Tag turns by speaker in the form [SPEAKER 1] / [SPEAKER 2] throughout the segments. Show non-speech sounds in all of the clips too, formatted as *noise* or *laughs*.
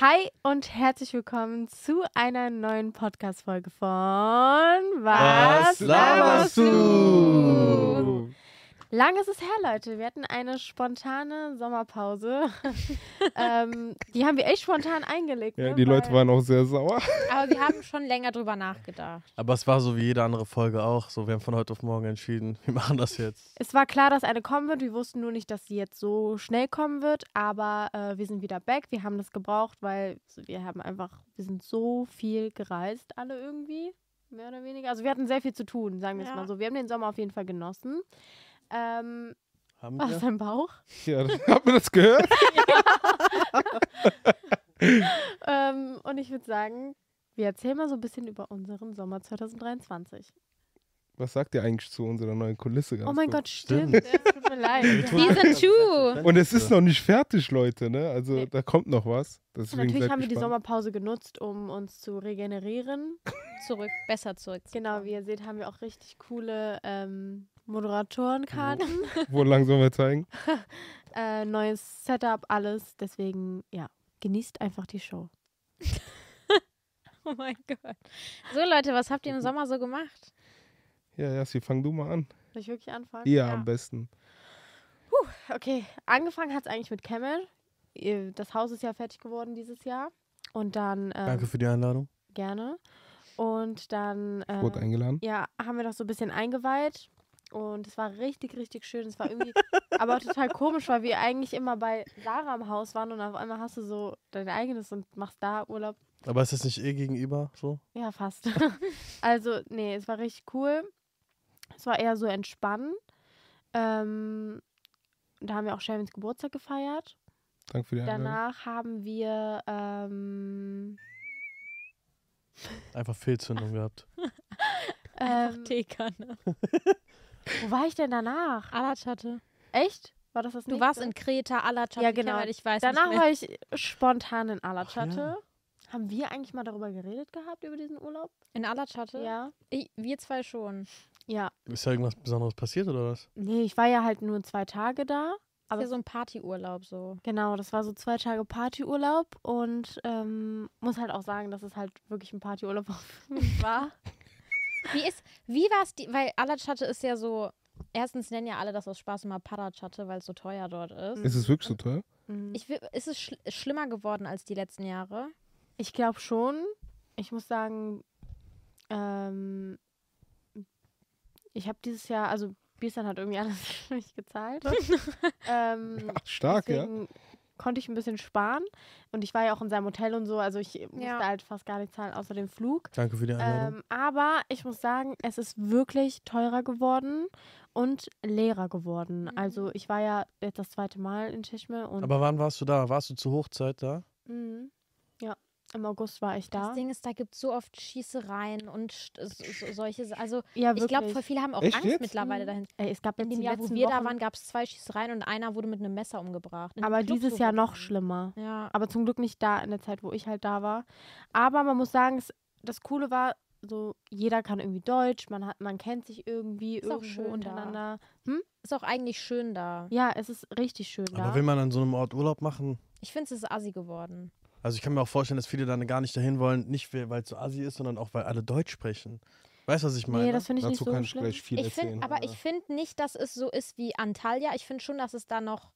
[SPEAKER 1] Hi und herzlich willkommen zu einer neuen Podcast-Folge von Was, laberst du? Lang ist es her, Leute. Wir hatten eine spontane
[SPEAKER 2] *laughs*
[SPEAKER 1] Sommerpause. ähm, die haben wir echt spontan eingelegt.
[SPEAKER 2] Ja,
[SPEAKER 1] ne?
[SPEAKER 2] die Leute
[SPEAKER 1] Weil-
[SPEAKER 2] waren auch sehr sauer. *laughs*
[SPEAKER 3] Aber wir haben schon länger drüber nachgedacht.
[SPEAKER 4] Aber es war so wie jede andere Folge auch. So, wir haben von heute auf morgen entschieden, *laughs* wir machen das jetzt.
[SPEAKER 1] Es war klar, dass eine kommen wird. Wir wussten nur nicht, dass sie jetzt so schnell kommen wird. Aber äh, wir sind wieder back. Wir haben das gebraucht, weil wir haben einfach, wir sind so viel gereist, alle irgendwie. Mehr oder weniger. Also wir hatten sehr viel zu tun, sagen wir es
[SPEAKER 3] Ja.
[SPEAKER 1] mal so. Wir haben den Sommer auf jeden Fall genossen. Ähm,
[SPEAKER 4] Haben
[SPEAKER 1] aus
[SPEAKER 4] wir?
[SPEAKER 1] deinem Bauch.
[SPEAKER 2] Ja, habt ihr das gehört?
[SPEAKER 1] Ähm, und ich würde sagen, wir erzählen mal so ein bisschen über unseren Sommer 2023.
[SPEAKER 2] Was sagt ihr eigentlich zu unserer neuen Kulisse? ganz
[SPEAKER 1] oh mein
[SPEAKER 2] kurz?
[SPEAKER 1] Gott, stimmt. Tut mir leid.
[SPEAKER 4] tun-
[SPEAKER 3] Season 2.
[SPEAKER 2] Und es ist noch nicht fertig, Leute, ne? Also
[SPEAKER 1] Nee.
[SPEAKER 2] da kommt noch was. Deswegen
[SPEAKER 1] Natürlich
[SPEAKER 2] seid
[SPEAKER 1] haben wir die
[SPEAKER 2] gespannt.
[SPEAKER 1] Sommerpause genutzt, um uns zu regenerieren.
[SPEAKER 3] Zurück, besser zurück.
[SPEAKER 1] Genau, wie ihr seht, haben wir auch richtig coole ähm, Moderatorenkarten,
[SPEAKER 2] Wo lang sollen wir zeigen?
[SPEAKER 1] äh, neues Setup, alles. Deswegen, ja, genießt einfach die Show.
[SPEAKER 3] *laughs* Oh mein Gott. So, Leute, was habt ihr im Sommer so gemacht?
[SPEAKER 2] Ja, Jassi, fang du mal an.
[SPEAKER 1] Soll ich wirklich anfangen?
[SPEAKER 2] Ja,
[SPEAKER 3] Ja.
[SPEAKER 2] am besten.
[SPEAKER 1] Okay, angefangen hat es eigentlich mit Camel. Ihr- Das Haus ist ja fertig geworden dieses Jahr. Und dann ähm,
[SPEAKER 4] Danke für die Einladung.
[SPEAKER 1] gerne. Und dann
[SPEAKER 2] Ich wurde
[SPEAKER 1] ähm,
[SPEAKER 2] eingeladen.
[SPEAKER 1] ja, haben wir das so ein bisschen eingeweiht. Und es war richtig, richtig schön. Es war *laughs* irgendwie aber total komisch, weil wir eigentlich immer bei Sarah im Haus waren und auf einmal hast du so dein eigenes und machst da Urlaub.
[SPEAKER 4] Aber ist das nicht ihr gegenüber so?
[SPEAKER 1] Ja, fast. *laughs* also, nee, es war richtig cool. Es war eher so entspannen. Ähm, da haben wir auch Shermans Geburtstag gefeiert.
[SPEAKER 2] Danke für die Einladung.
[SPEAKER 1] Danach haben wir ähm,
[SPEAKER 4] Einfach Fehlzündung gehabt.
[SPEAKER 1] ähm,
[SPEAKER 3] Teekanne.
[SPEAKER 1] wo war ich denn danach?
[SPEAKER 3] Alatschatte.
[SPEAKER 1] Echt? War das das
[SPEAKER 3] Du
[SPEAKER 1] nächste?
[SPEAKER 3] warst in Kreta, Alatschatte.
[SPEAKER 1] Ja, genau.
[SPEAKER 3] Kemal, Ich weiß
[SPEAKER 1] Danach
[SPEAKER 3] nicht mehr.
[SPEAKER 1] war ich spontan in Alatschatte.
[SPEAKER 4] ja.
[SPEAKER 1] Haben wir eigentlich mal darüber geredet gehabt, über diesen Urlaub?
[SPEAKER 3] In Alatschatte?
[SPEAKER 1] Ja.
[SPEAKER 3] Ich, wir zwei schon.
[SPEAKER 1] Ja.
[SPEAKER 4] Ist da irgendwas Besonderes passiert oder was?
[SPEAKER 1] Nee, ich war ja halt nur zwei Tage da.
[SPEAKER 3] Aber
[SPEAKER 1] Aber
[SPEAKER 3] ist ja so ein Partyurlaub so.
[SPEAKER 1] Genau, das war so zwei Tage Partyurlaub und ähm, muss halt auch sagen, dass es halt wirklich ein Partyurlaub *laughs* war.
[SPEAKER 3] War? Wie ist, wie war es, weil Alatschatte ist ja so, erstens nennen ja alle das aus Spaß immer Paratschatte, weil es so teuer dort ist.
[SPEAKER 2] Ist es wirklich so teuer?
[SPEAKER 1] Ich,
[SPEAKER 3] Ich, will- ist es schl schlimmer geworden als die letzten Jahre?
[SPEAKER 1] ich glaube schon. Ich muss sagen, ähm, ich habe dieses Jahr, also Biestern hat irgendwie alles *laughs* für mich gezahlt. *laughs* ähm,
[SPEAKER 2] Ach, *laughs* stark, ja.
[SPEAKER 1] deswegen konnte ich ein bisschen sparen und ich war ja auch in seinem Hotel und so, also ich musste
[SPEAKER 3] Ja.
[SPEAKER 1] halt fast gar nicht zahlen, außer den Flug.
[SPEAKER 4] Danke für die Einladung.
[SPEAKER 1] Ähm, aber ich muss sagen, es ist wirklich teurer geworden und leerer geworden.
[SPEAKER 3] Mhm.
[SPEAKER 1] Also ich war ja jetzt das zweite Mal in Tischme und
[SPEAKER 4] Aber wann warst du da? Warst du zur Hochzeit da?
[SPEAKER 1] Mhm. ja, im August war ich da.
[SPEAKER 3] Das Ding ist, da gibt es so oft Schießereien und st- s- s- solche. Sa- Also,
[SPEAKER 1] ja,
[SPEAKER 3] ich glaube, voll viele haben auch
[SPEAKER 2] Echt
[SPEAKER 3] Angst
[SPEAKER 2] jetzt?
[SPEAKER 3] mittlerweile
[SPEAKER 1] Mhm.
[SPEAKER 3] dahin.
[SPEAKER 1] Ey, es gab
[SPEAKER 3] In
[SPEAKER 1] jetzt
[SPEAKER 3] dem
[SPEAKER 1] die
[SPEAKER 3] Jahr, wo
[SPEAKER 1] letzten
[SPEAKER 3] wir da
[SPEAKER 1] Wochen-
[SPEAKER 3] waren, gab es zwei Schießereien und einer wurde mit einem Messer umgebracht. In
[SPEAKER 1] Aber
[SPEAKER 3] einem Club
[SPEAKER 1] dieses
[SPEAKER 3] sogar.
[SPEAKER 1] Jahr noch schlimmer.
[SPEAKER 3] Ja.
[SPEAKER 1] Aber zum Glück nicht da in der Zeit, wo ich halt da war. Aber man muss sagen, es, das Coole war, so jeder kann irgendwie Deutsch, man hat, man kennt sich irgendwie
[SPEAKER 3] Ist auch
[SPEAKER 1] irgendwo
[SPEAKER 3] schön da.
[SPEAKER 1] untereinander.
[SPEAKER 3] Ist auch eigentlich schön da.
[SPEAKER 1] Ja, es ist richtig schön da.
[SPEAKER 4] Aber will man an so einem Ort Urlaub machen?
[SPEAKER 3] Ich finde, es ist assi geworden.
[SPEAKER 4] Also ich kann mir auch vorstellen, dass viele dann gar nicht dahin wollen. Nicht, weil weil es so assi ist, sondern auch, weil alle Deutsch sprechen. Weißt du, was ich meine?
[SPEAKER 1] nee, das finde ich
[SPEAKER 2] Dazu
[SPEAKER 1] nicht so
[SPEAKER 2] kann ich
[SPEAKER 1] schlimm.
[SPEAKER 2] gleich viel
[SPEAKER 3] Ich
[SPEAKER 2] erzählen.
[SPEAKER 3] find, aber ich finde nicht, dass es so ist wie Antalya. Ich finde schon, dass es da noch.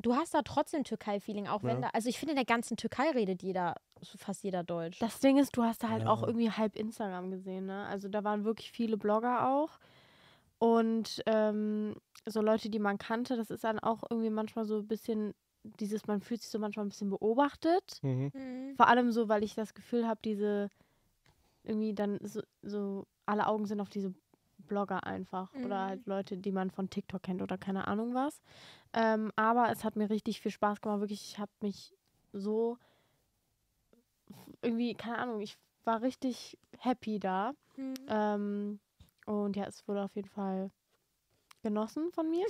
[SPEAKER 3] Du hast da trotzdem Türkei-Feeling, auch wenn
[SPEAKER 4] Ja.
[SPEAKER 3] da. Also, ich finde, in der ganzen Türkei redet jeder, so fast jeder Deutsch.
[SPEAKER 1] Das Ding ist, du hast da halt auch
[SPEAKER 4] Ja.
[SPEAKER 1] irgendwie halb Instagram gesehen, ne? Also da waren wirklich viele Blogger auch. Und ähm, so Leute, die man kannte, das ist dann auch irgendwie manchmal so ein bisschen dieses, man fühlt sich so manchmal ein bisschen beobachtet.
[SPEAKER 2] mhm.
[SPEAKER 3] Mhm.
[SPEAKER 1] Vor allem so, weil ich das Gefühl habe, diese irgendwie dann so, so, alle Augen sind auf diese Blogger einfach. Oder
[SPEAKER 3] Mhm.
[SPEAKER 1] halt Leute, die man von TikTok kennt oder keine Ahnung was. Ähm, aber es hat mir richtig viel Spaß gemacht. Wirklich, ich habe mich so irgendwie, keine Ahnung, ich war richtig happy da.
[SPEAKER 3] Mhm.
[SPEAKER 1] Ähm, und ja, es wurde auf jeden Fall genossen von
[SPEAKER 3] *laughs*
[SPEAKER 1] mir.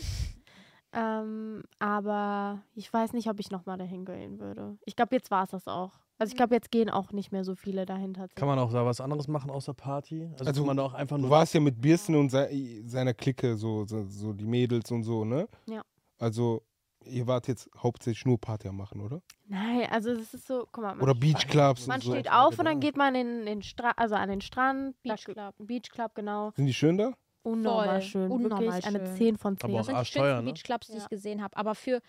[SPEAKER 1] ähm, aber ich weiß nicht, ob ich nochmal dahin gehen würde. Ich glaube, jetzt war es das auch. Also ich glaube, jetzt gehen auch nicht mehr so viele dahin
[SPEAKER 4] kann
[SPEAKER 1] tatsächlich.
[SPEAKER 4] man auch da was anderes machen außer Party? Also,
[SPEAKER 2] Also,
[SPEAKER 4] kann man da auch einfach
[SPEAKER 2] Du
[SPEAKER 4] nur
[SPEAKER 2] warst ja mit Birsten und sei, seiner Clique, so, so, so die Mädels und so, ne?
[SPEAKER 1] Ja.
[SPEAKER 2] Also, ihr wart jetzt hauptsächlich nur Party am machen, oder?
[SPEAKER 1] Nein, Also es ist so, guck mal, man,
[SPEAKER 2] Oder Beachclubs.
[SPEAKER 1] man
[SPEAKER 2] und so.
[SPEAKER 1] steht auf und dann geht man in den Stra also an den Strand, da-
[SPEAKER 3] Beachclub.
[SPEAKER 1] Beach Club, genau.
[SPEAKER 2] Sind die schön da?
[SPEAKER 1] Unnormal
[SPEAKER 3] Voll,
[SPEAKER 1] schön.
[SPEAKER 3] unnormal
[SPEAKER 1] wirklich eine
[SPEAKER 3] schön.
[SPEAKER 1] 10 von 10.
[SPEAKER 4] Aber
[SPEAKER 3] Das
[SPEAKER 4] auch
[SPEAKER 3] sind die
[SPEAKER 4] arschteuer,
[SPEAKER 3] schönsten
[SPEAKER 4] ne?
[SPEAKER 3] Beachclubs, die
[SPEAKER 1] Ja.
[SPEAKER 3] ich gesehen habe. Aber für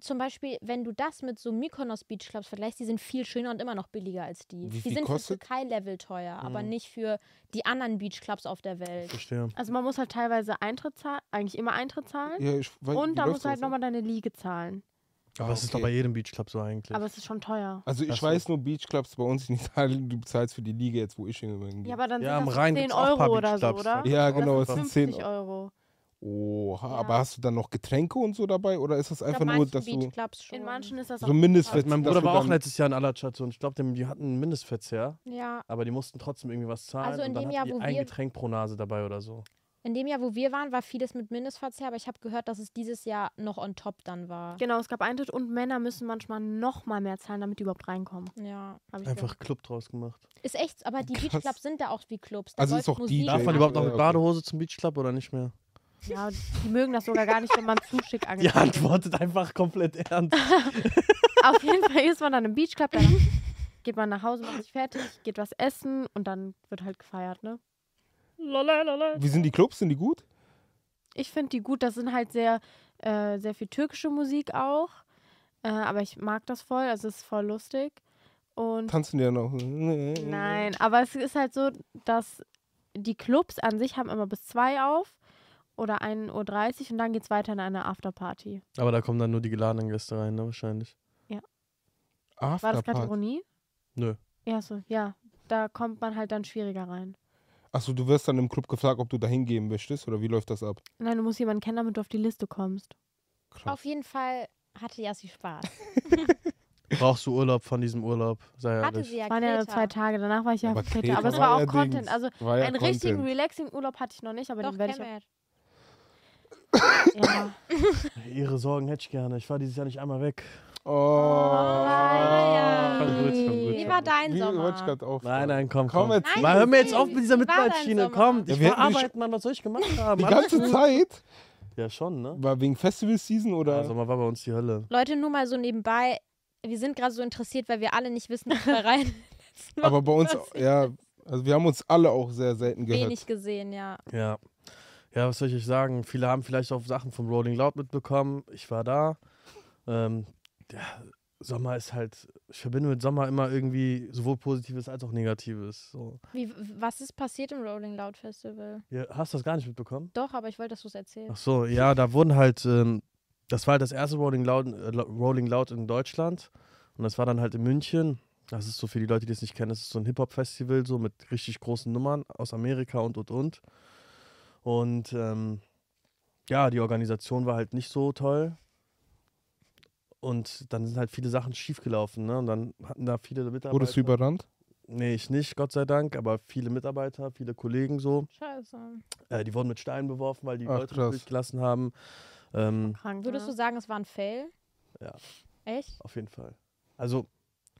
[SPEAKER 3] zum Beispiel, wenn du das mit so Mykonos Beachclubs vergleichst, die sind viel schöner und immer noch billiger als die.
[SPEAKER 2] Wie
[SPEAKER 3] die
[SPEAKER 2] viel
[SPEAKER 3] sind
[SPEAKER 2] kostet?
[SPEAKER 3] für Türkei-Level teuer, aber
[SPEAKER 4] Mhm.
[SPEAKER 3] nicht für die anderen Beachclubs auf der Welt.
[SPEAKER 4] Verstehe.
[SPEAKER 1] Also man muss halt teilweise Eintritt zahlen, eigentlich immer Eintritt zahlen.
[SPEAKER 2] Ja, ich, weil- wie
[SPEAKER 1] und da
[SPEAKER 2] läuft
[SPEAKER 1] musst du halt
[SPEAKER 2] sowas
[SPEAKER 1] nochmal
[SPEAKER 2] ab?
[SPEAKER 1] deine Liege zahlen.
[SPEAKER 4] Aber
[SPEAKER 2] Ah,
[SPEAKER 4] es ist doch
[SPEAKER 2] okay.
[SPEAKER 4] bei jedem Beachclub so eigentlich.
[SPEAKER 1] Aber es ist schon teuer.
[SPEAKER 2] Also ich
[SPEAKER 4] Ach so.
[SPEAKER 2] weiß nur Beachclubs bei uns in Italien, du bezahlst für die Liga jetzt, wo ich hingegangen bin.
[SPEAKER 1] Ja, aber dann
[SPEAKER 4] Ja, am
[SPEAKER 1] sind das
[SPEAKER 4] Rhein
[SPEAKER 1] 10
[SPEAKER 4] gibt's auch
[SPEAKER 1] Euro
[SPEAKER 4] Public
[SPEAKER 1] oder so,
[SPEAKER 4] Clubs,
[SPEAKER 1] oder?
[SPEAKER 4] ne?
[SPEAKER 2] Ja,
[SPEAKER 1] Das
[SPEAKER 2] genau, es
[SPEAKER 1] sind
[SPEAKER 2] sind 10
[SPEAKER 1] 50 Euro.
[SPEAKER 2] Oha,
[SPEAKER 1] Ja.
[SPEAKER 2] aber hast du dann noch Getränke und so dabei? Oder ist das
[SPEAKER 3] Bei
[SPEAKER 2] einfach nur,
[SPEAKER 3] manchen
[SPEAKER 2] dass du
[SPEAKER 3] Beachclubs schon.
[SPEAKER 1] In manchen ist das
[SPEAKER 2] so
[SPEAKER 1] auch.
[SPEAKER 2] Mindestfett...
[SPEAKER 4] mein
[SPEAKER 2] dass
[SPEAKER 4] Bruder
[SPEAKER 2] du
[SPEAKER 4] war auch
[SPEAKER 2] dann-
[SPEAKER 4] letztes Jahr in Alatschatze und ich glaube, die hatten einen Mindestverzehr,
[SPEAKER 3] Ja,
[SPEAKER 4] aber die mussten trotzdem irgendwie was zahlen.
[SPEAKER 3] Also in
[SPEAKER 4] und dann
[SPEAKER 3] dem
[SPEAKER 4] hatten
[SPEAKER 3] Jahr,
[SPEAKER 4] die
[SPEAKER 3] wo
[SPEAKER 4] ein
[SPEAKER 3] wir-
[SPEAKER 4] Getränk pro Nase dabei oder so.
[SPEAKER 3] in dem Jahr, wo wir waren, war vieles mit Mindestverzehr, aber ich habe gehört, dass es dieses Jahr noch on top dann war.
[SPEAKER 1] Genau, es gab Eintritt und Männer müssen manchmal nochmal mehr zahlen, damit die überhaupt reinkommen.
[SPEAKER 3] Ja.
[SPEAKER 1] Hab ich
[SPEAKER 4] Einfach Club draus gemacht.
[SPEAKER 3] Ist echt, aber die
[SPEAKER 2] Krass.
[SPEAKER 3] Beachclubs sind da auch wie Clubs. Da
[SPEAKER 2] Also
[SPEAKER 3] läuft
[SPEAKER 2] ist auch
[SPEAKER 3] Musik
[SPEAKER 2] DJ.
[SPEAKER 4] Darf man
[SPEAKER 2] Ja,
[SPEAKER 4] überhaupt noch
[SPEAKER 2] ja,
[SPEAKER 4] mit
[SPEAKER 2] okay.
[SPEAKER 4] Badehose zum Beachclub oder nicht
[SPEAKER 3] *laughs*
[SPEAKER 4] mehr?
[SPEAKER 1] Ja, die mögen das sogar gar nicht, wenn man zu schick
[SPEAKER 4] Die
[SPEAKER 1] angezogen ist.
[SPEAKER 4] antwortet einfach komplett ernst.
[SPEAKER 1] Auf jeden Fall ist man dann im Beachclub,
[SPEAKER 4] *laughs*
[SPEAKER 1] dann geht man nach Hause, macht sich fertig, geht was essen und dann wird halt gefeiert, ne?
[SPEAKER 2] Wie sind die Clubs? Sind die gut?
[SPEAKER 1] Ich finde die gut, das sind halt sehr, äh, sehr viel türkische Musik auch. Äh, aber ich mag das voll, also es ist voll lustig. Und
[SPEAKER 2] Tanzen die ja noch? Mhm.
[SPEAKER 1] Nein, aber es ist halt so, dass die Clubs an sich haben immer bis 2 auf oder 1.30 Uhr und dann geht es weiter in eine Afterparty.
[SPEAKER 4] Aber da kommen dann nur die geladenen Gäste rein, ne? Wahrscheinlich.
[SPEAKER 1] War das
[SPEAKER 2] Afterparty.
[SPEAKER 1] Kategorie?
[SPEAKER 4] Nö.
[SPEAKER 1] Ja, so, ja. Da kommt man halt dann schwieriger rein.
[SPEAKER 2] Achso, du wirst dann im Club gefragt, ob du da hingehen möchtest oder wie läuft das ab?
[SPEAKER 1] Nein, du musst jemanden kennen, damit du auf die Liste kommst.
[SPEAKER 2] Krass.
[SPEAKER 3] Auf jeden Fall hatte Yassi Spaß.
[SPEAKER 4] Brauchst du Urlaub von diesem Urlaub? Sei
[SPEAKER 3] Hatte
[SPEAKER 4] ehrlich.
[SPEAKER 3] sie ja
[SPEAKER 1] Waren ja nur
[SPEAKER 3] Kreta.
[SPEAKER 1] zwei Tage, danach war ich ja
[SPEAKER 2] Aber
[SPEAKER 1] auf Kreta.
[SPEAKER 2] Kreta
[SPEAKER 1] Aber es
[SPEAKER 2] war
[SPEAKER 1] war auch
[SPEAKER 2] ja
[SPEAKER 1] Content.
[SPEAKER 2] Dings.
[SPEAKER 1] Also
[SPEAKER 2] War ja
[SPEAKER 1] einen richtigen,
[SPEAKER 2] Content.
[SPEAKER 1] relaxing Urlaub hatte ich noch nicht, aber
[SPEAKER 3] Doch,
[SPEAKER 1] den werde ich.
[SPEAKER 3] Kemal.
[SPEAKER 1] auch-
[SPEAKER 2] *laughs*
[SPEAKER 1] Ja.
[SPEAKER 4] Ihre Sorgen hätte ich gerne. Ich war dieses Jahr nicht einmal weg.
[SPEAKER 2] Oh.
[SPEAKER 4] Schon gut, schon gut.
[SPEAKER 3] Wie war dein
[SPEAKER 2] Wie- wollte ich
[SPEAKER 3] Sommer?
[SPEAKER 2] grad auf-
[SPEAKER 4] Nein, nein, komm,
[SPEAKER 2] Komm
[SPEAKER 4] komm.
[SPEAKER 2] jetzt.
[SPEAKER 3] Nein,
[SPEAKER 4] Mal, hör mir jetzt
[SPEAKER 3] Steve,
[SPEAKER 4] auf mit dieser
[SPEAKER 3] wie war dein
[SPEAKER 4] Mitleidsschiene.
[SPEAKER 3] Sommer?
[SPEAKER 4] Komm,
[SPEAKER 2] Ja,
[SPEAKER 4] ich
[SPEAKER 2] wir
[SPEAKER 4] war
[SPEAKER 2] hätten dich-
[SPEAKER 4] arbeiten, Mann. Was soll ich gemacht haben?
[SPEAKER 2] Die
[SPEAKER 4] Mann?
[SPEAKER 2] ganze Zeit?
[SPEAKER 4] Ja, schon, ne?
[SPEAKER 2] War wegen Festival-Season oder?
[SPEAKER 4] Ja, Sommer Also war bei uns die Hölle.
[SPEAKER 3] Leute, nur mal so nebenbei. Wir sind gerade so interessiert, weil wir alle nicht wissen, was *laughs* bei rein letzten
[SPEAKER 2] aber bei uns,
[SPEAKER 3] passiert
[SPEAKER 2] ja, also wir haben uns alle auch sehr selten gehört.
[SPEAKER 3] *laughs* wenig gesehen, ja.
[SPEAKER 4] Ja. Ja, was soll ich euch sagen? Viele haben vielleicht auch Sachen vom Rolling Loud mitbekommen. Ich war da. Ähm, ja, Sommer ist halt, ich verbinde mit Sommer immer irgendwie sowohl Positives als auch Negatives. So.
[SPEAKER 3] Wie, was ist passiert im Rolling Loud Festival?
[SPEAKER 4] Ja, hast du das gar nicht mitbekommen?
[SPEAKER 3] Doch, aber ich wollte, dass du es erzählst.
[SPEAKER 4] Ach so, ja, da wurden halt, ähm, das war halt das erste Rolling Loud, äh, Lo- Rolling Loud in Deutschland und das war dann halt in München. Das ist so für die Leute, die es nicht kennen, das ist so ein Hip-Hop-Festival, so mit richtig großen Nummern aus Amerika und und und. Und ähm, ja, die Organisation war halt nicht so toll. Und dann sind halt viele Sachen schiefgelaufen, ne? Und dann hatten da viele Mitarbeiter.
[SPEAKER 2] Wurdest du überrannt?
[SPEAKER 4] Nee, ich nicht, Gott sei Dank, aber viele Mitarbeiter, viele Kollegen so.
[SPEAKER 3] Scheiße.
[SPEAKER 4] Äh, die wurden mit Steinen beworfen, weil die
[SPEAKER 2] Ach,
[SPEAKER 4] Leute
[SPEAKER 2] krass.
[SPEAKER 4] nicht durchgelassen haben. Ähm,
[SPEAKER 1] Krank.
[SPEAKER 3] Würdest du
[SPEAKER 1] ne?
[SPEAKER 3] sagen, es war ein Fail?
[SPEAKER 4] Ja.
[SPEAKER 3] Echt?
[SPEAKER 4] auf jeden Fall. Also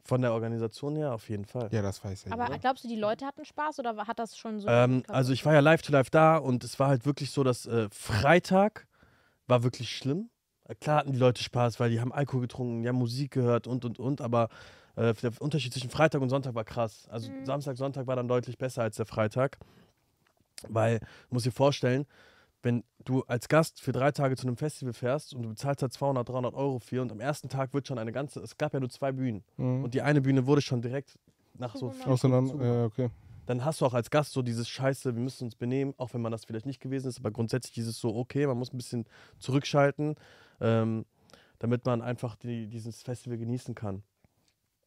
[SPEAKER 4] von der Organisation her auf jeden Fall.
[SPEAKER 2] Ja, das weiß ich.
[SPEAKER 3] Aber
[SPEAKER 2] ja.
[SPEAKER 3] glaubst du, die Leute hatten Spaß oder hat das schon so.
[SPEAKER 4] Ähm, also ich war ja live to live da und es war halt wirklich so, dass äh, Freitag war wirklich schlimm. Äh, Klar hatten die Leute Spaß, weil die haben Alkohol getrunken, die haben Musik gehört und und und, aber äh, der Unterschied zwischen Freitag und Sonntag war krass. Also
[SPEAKER 3] Mhm.
[SPEAKER 4] Samstag, Sonntag war dann deutlich besser als der Freitag. Weil, muss dir vorstellen, wenn du als Gast für drei Tage zu einem Festival fährst und du bezahlst da 200, 300 Euro für und am ersten Tag wird schon eine ganze, es gab ja nur zwei Bühnen
[SPEAKER 2] Mhm.
[SPEAKER 4] und die eine Bühne wurde schon direkt nach so vier
[SPEAKER 2] Auseinander,
[SPEAKER 4] Stunden
[SPEAKER 2] ja, okay.
[SPEAKER 4] dann hast du auch als Gast so dieses Scheiße, wir müssen uns benehmen, auch wenn man das vielleicht nicht gewesen ist, aber grundsätzlich dieses so, okay, man muss ein bisschen zurückschalten, ähm, damit man einfach die, dieses Festival genießen kann.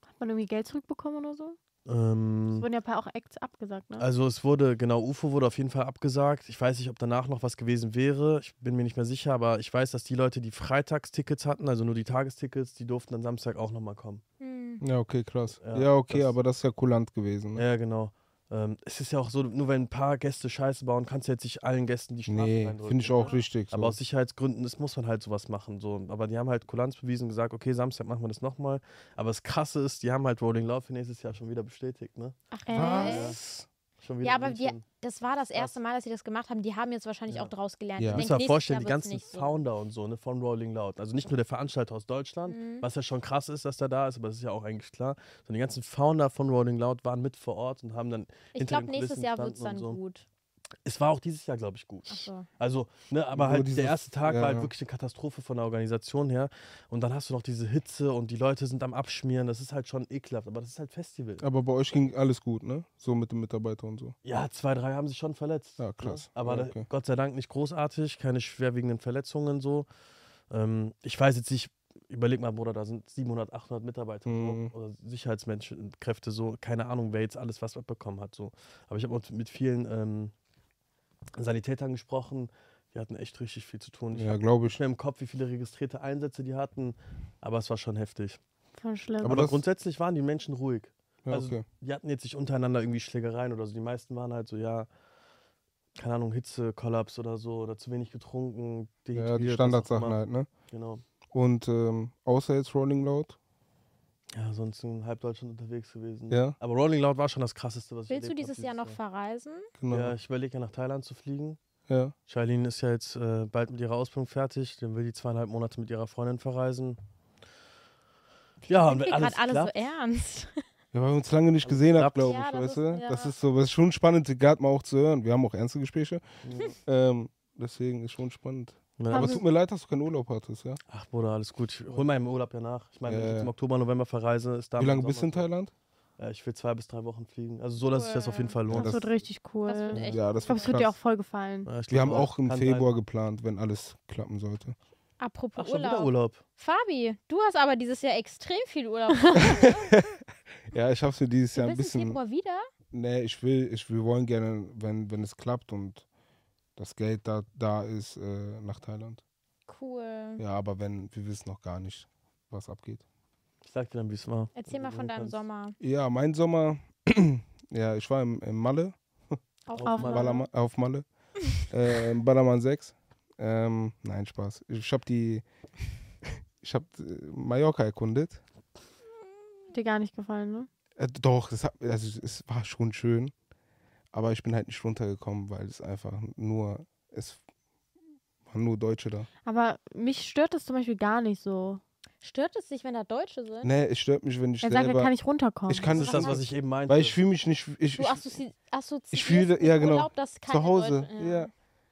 [SPEAKER 1] Hat man irgendwie Geld zurückbekommen oder so? Es
[SPEAKER 2] Hm.
[SPEAKER 4] Ähm,
[SPEAKER 1] wurden ja ein paar auch Acts abgesagt,
[SPEAKER 2] Äh,
[SPEAKER 1] ne?
[SPEAKER 4] also es wurde, genau, UFO wurde auf jeden Fall abgesagt. Ich weiß nicht, ob danach noch was gewesen wäre. Ich bin mir nicht mehr sicher, aber ich weiß, dass die Leute, die Freitagstickets hatten, also nur die Tagestickets, die durften dann Samstag auch nochmal kommen.
[SPEAKER 3] Hm.
[SPEAKER 2] Ja, okay, krass.
[SPEAKER 4] Ja,
[SPEAKER 2] Ja, okay,
[SPEAKER 4] das-
[SPEAKER 2] aber das ist ja kulant gewesen. Ne?
[SPEAKER 4] Ja, genau. Ähm, es ist ja auch so, nur wenn ein paar Gäste Scheiße bauen, kannst du jetzt nicht allen Gästen die Strafe
[SPEAKER 2] nee,
[SPEAKER 4] reindrücken.
[SPEAKER 2] finde ich auch richtig. So.
[SPEAKER 4] Aber aus Sicherheitsgründen ist, muss man halt sowas machen. So. Aber die haben halt Kulanz bewiesen und gesagt, okay, Samstag machen wir das nochmal. Aber das Krasse ist, die haben halt Rolling Loud für nächstes Jahr schon wieder bestätigt. Ne?
[SPEAKER 3] Ach,
[SPEAKER 1] Was?
[SPEAKER 3] echt?
[SPEAKER 2] Was?
[SPEAKER 4] Schon wieder
[SPEAKER 3] Ja, aber die,
[SPEAKER 4] München.
[SPEAKER 3] das war das
[SPEAKER 4] Krass.
[SPEAKER 3] erste Mal, dass sie das gemacht haben. Die haben jetzt wahrscheinlich
[SPEAKER 4] Ja.
[SPEAKER 3] auch draus gelernt.
[SPEAKER 2] Ja.
[SPEAKER 3] Ich
[SPEAKER 4] Du musst
[SPEAKER 3] denk,
[SPEAKER 4] dir mal
[SPEAKER 3] nächstes
[SPEAKER 4] vorstellen,
[SPEAKER 3] Jahr
[SPEAKER 4] die
[SPEAKER 3] wird's
[SPEAKER 4] ganzen
[SPEAKER 3] nicht so.
[SPEAKER 4] Founder und so ne, von Rolling Loud, also nicht nur der Veranstalter aus Deutschland,
[SPEAKER 3] Mhm.
[SPEAKER 4] was ja schon krass ist, dass der da ist, aber das ist ja auch eigentlich klar, sondern die ganzen Founder von Rolling Loud waren mit vor Ort und haben dann
[SPEAKER 3] Ich
[SPEAKER 4] hinter
[SPEAKER 3] glaube,
[SPEAKER 4] den
[SPEAKER 3] nächstes
[SPEAKER 4] Kulissen
[SPEAKER 3] Jahr wird es dann
[SPEAKER 4] standen und so.
[SPEAKER 3] gut.
[SPEAKER 4] Es war auch dieses Jahr, glaube ich, gut.
[SPEAKER 3] Ach so.
[SPEAKER 4] Also, ne, aber
[SPEAKER 2] Nur
[SPEAKER 4] halt
[SPEAKER 2] dieses-
[SPEAKER 4] der erste Tag
[SPEAKER 2] ja,
[SPEAKER 4] war halt
[SPEAKER 2] ja.
[SPEAKER 4] wirklich eine Katastrophe von der Organisation her. Und dann hast du noch diese Hitze und die Leute sind am Abschmieren. Das ist halt schon ekelhaft, aber das ist halt Festival.
[SPEAKER 2] Aber bei euch ging alles gut, ne? So mit den Mitarbeitern und so.
[SPEAKER 4] Ja, zwei, drei haben sich schon verletzt.
[SPEAKER 2] Ja, krass.
[SPEAKER 4] Ne? Aber
[SPEAKER 2] Ja,
[SPEAKER 4] da-
[SPEAKER 2] okay.
[SPEAKER 4] Gott sei Dank nicht großartig, keine schwerwiegenden Verletzungen so. Ähm, ich weiß jetzt nicht, überleg mal, Bruder, da sind 700, 800 Mitarbeiter
[SPEAKER 2] Mhm.
[SPEAKER 4] so, oder Sicherheitsmenschen, Kräfte so. Keine Ahnung, wer jetzt alles was abbekommen hat. So. Aber ich habe auch mit vielen ähm, Sanitätern gesprochen. Die hatten echt richtig viel zu tun. Ich
[SPEAKER 2] Ja, glaube ich.
[SPEAKER 4] nicht mehr im Kopf, wie viele registrierte Einsätze die hatten, aber es war schon heftig.
[SPEAKER 1] Voll schlimm.
[SPEAKER 2] Aber
[SPEAKER 4] Aber,
[SPEAKER 2] das-
[SPEAKER 4] grundsätzlich waren die Menschen ruhig.
[SPEAKER 2] Ja,
[SPEAKER 4] also
[SPEAKER 2] okay.
[SPEAKER 4] die hatten jetzt nicht untereinander irgendwie Schlägereien oder so. Die meisten waren halt so, ja, keine Ahnung, Hitze, Kollaps oder so oder zu wenig getrunken.
[SPEAKER 2] Ja, die
[SPEAKER 4] dehydriert, was auch
[SPEAKER 2] Standardsachen
[SPEAKER 4] immer.
[SPEAKER 2] halt, ne?
[SPEAKER 4] Genau.
[SPEAKER 2] Und ähm, außer jetzt Rolling Loud,
[SPEAKER 4] Ja, sonst in halb Deutschland unterwegs gewesen.
[SPEAKER 2] Ja.
[SPEAKER 4] Aber Rolling Loud war schon das krasseste, was ich
[SPEAKER 3] Willst du
[SPEAKER 4] erlebt hab
[SPEAKER 3] dieses Jahr noch verreisen?
[SPEAKER 2] genau.
[SPEAKER 4] Ja,
[SPEAKER 2] Ja.
[SPEAKER 4] ich überlege ja nach Thailand zu fliegen.
[SPEAKER 2] ja.
[SPEAKER 4] Charlene ist ja jetzt äh, bald mit ihrer Ausbildung fertig. Dann will die zweieinhalb Monate mit ihrer Freundin verreisen. Ja, und
[SPEAKER 3] Ich
[SPEAKER 4] wenn
[SPEAKER 3] bin
[SPEAKER 4] alles
[SPEAKER 3] gerade alles so
[SPEAKER 4] klappt,
[SPEAKER 3] ernst.
[SPEAKER 2] weil wir uns lange nicht gesehen haben,
[SPEAKER 4] klappt.
[SPEAKER 2] glaube ich,
[SPEAKER 3] Ja, das
[SPEAKER 2] weißt
[SPEAKER 3] ist-
[SPEAKER 2] du?
[SPEAKER 3] ja.
[SPEAKER 2] Das ist so, das ist schon spannend, gerade mal auch zu hören. Wir haben auch ernste Gespräche.
[SPEAKER 4] Ja.
[SPEAKER 2] ähm, deswegen ist schon spannend.
[SPEAKER 4] Ja.
[SPEAKER 2] Aber
[SPEAKER 1] Haben-
[SPEAKER 2] tut mir leid, dass du keinen Urlaub hattest, ja?
[SPEAKER 4] Ach Bruder, alles gut. Ich hol mal im Urlaub ja nach. Ich meine, wenn ich
[SPEAKER 2] Ja,
[SPEAKER 4] jetzt im
[SPEAKER 2] ja.
[SPEAKER 4] Oktober, November verreise, ist da.
[SPEAKER 2] Wie lange bist du in Thailand?
[SPEAKER 4] Äh, ich will zwei bis drei Wochen fliegen. Also so, dass sich das auf jeden Fall
[SPEAKER 1] das,
[SPEAKER 4] lohnt.
[SPEAKER 2] Oh, das-
[SPEAKER 1] wird richtig cool.
[SPEAKER 3] das wird echt-
[SPEAKER 2] Ja,
[SPEAKER 1] ich
[SPEAKER 2] das
[SPEAKER 1] glaube,
[SPEAKER 2] wird
[SPEAKER 1] es wird dir auch
[SPEAKER 2] krass.
[SPEAKER 1] voll gefallen.
[SPEAKER 4] Ja, ich
[SPEAKER 2] Wir haben
[SPEAKER 4] glaube,
[SPEAKER 2] auch im
[SPEAKER 4] kann
[SPEAKER 2] Februar
[SPEAKER 4] Sein.
[SPEAKER 2] geplant, wenn alles klappen sollte.
[SPEAKER 3] Apropos
[SPEAKER 4] Ach, schon wieder
[SPEAKER 3] Urlaub.
[SPEAKER 4] Urlaub.
[SPEAKER 3] Fabi, du hast aber dieses Jahr extrem viel
[SPEAKER 4] *laughs*
[SPEAKER 3] Urlaub.
[SPEAKER 2] Ja, ich habe es mir dieses
[SPEAKER 3] Du
[SPEAKER 2] Jahr ein
[SPEAKER 3] bist im
[SPEAKER 2] bisschen.
[SPEAKER 3] Februar wieder?
[SPEAKER 2] Nee, ich will, ich, wir wollen gerne, wenn, wenn es klappt und das Geld da, da ist, äh, nach Thailand.
[SPEAKER 3] Cool.
[SPEAKER 2] Ja, aber wenn, wir wissen noch gar nicht, was abgeht.
[SPEAKER 4] Ich sag dir dann, wie es war.
[SPEAKER 3] Erzähl
[SPEAKER 4] Wenn
[SPEAKER 3] mal
[SPEAKER 4] du
[SPEAKER 3] von deinem
[SPEAKER 4] kannst.
[SPEAKER 3] Sommer.
[SPEAKER 2] Ja, mein Sommer, *clears throat* ja, ich war im, im Malle,
[SPEAKER 3] Auch
[SPEAKER 1] Auf
[SPEAKER 4] Malle.
[SPEAKER 1] Malle.
[SPEAKER 2] Ballermann, auf Malle, äh, im Ballermann 6. Ähm, nein, Spaß. Ich habe die, *laughs* ich habe Mallorca erkundet.
[SPEAKER 1] Hat dir gar nicht gefallen, ne?
[SPEAKER 2] Äh, doch, das hat, also es war schon schön, aber ich bin halt nicht runtergekommen, weil es einfach nur, es waren nur Deutsche da.
[SPEAKER 1] Aber mich stört das zum Beispiel gar nicht so.
[SPEAKER 3] Stört es dich, wenn da Deutsche sind?
[SPEAKER 2] Nee, es stört mich, wenn ich
[SPEAKER 1] Er sagt, er
[SPEAKER 2] selber,
[SPEAKER 1] kann nicht runterkommen.
[SPEAKER 2] ich kann
[SPEAKER 4] Das ist
[SPEAKER 2] nicht,
[SPEAKER 4] das, was ich eben meinte.
[SPEAKER 2] weil ich fühle mich nicht, ich,
[SPEAKER 3] Du
[SPEAKER 2] ich,
[SPEAKER 3] assozi assoziierst
[SPEAKER 2] ich fühle- ja,
[SPEAKER 3] mit
[SPEAKER 2] genau.
[SPEAKER 3] Urlaub, dass keine
[SPEAKER 2] zu Hause,
[SPEAKER 3] Deutschen-
[SPEAKER 2] ja.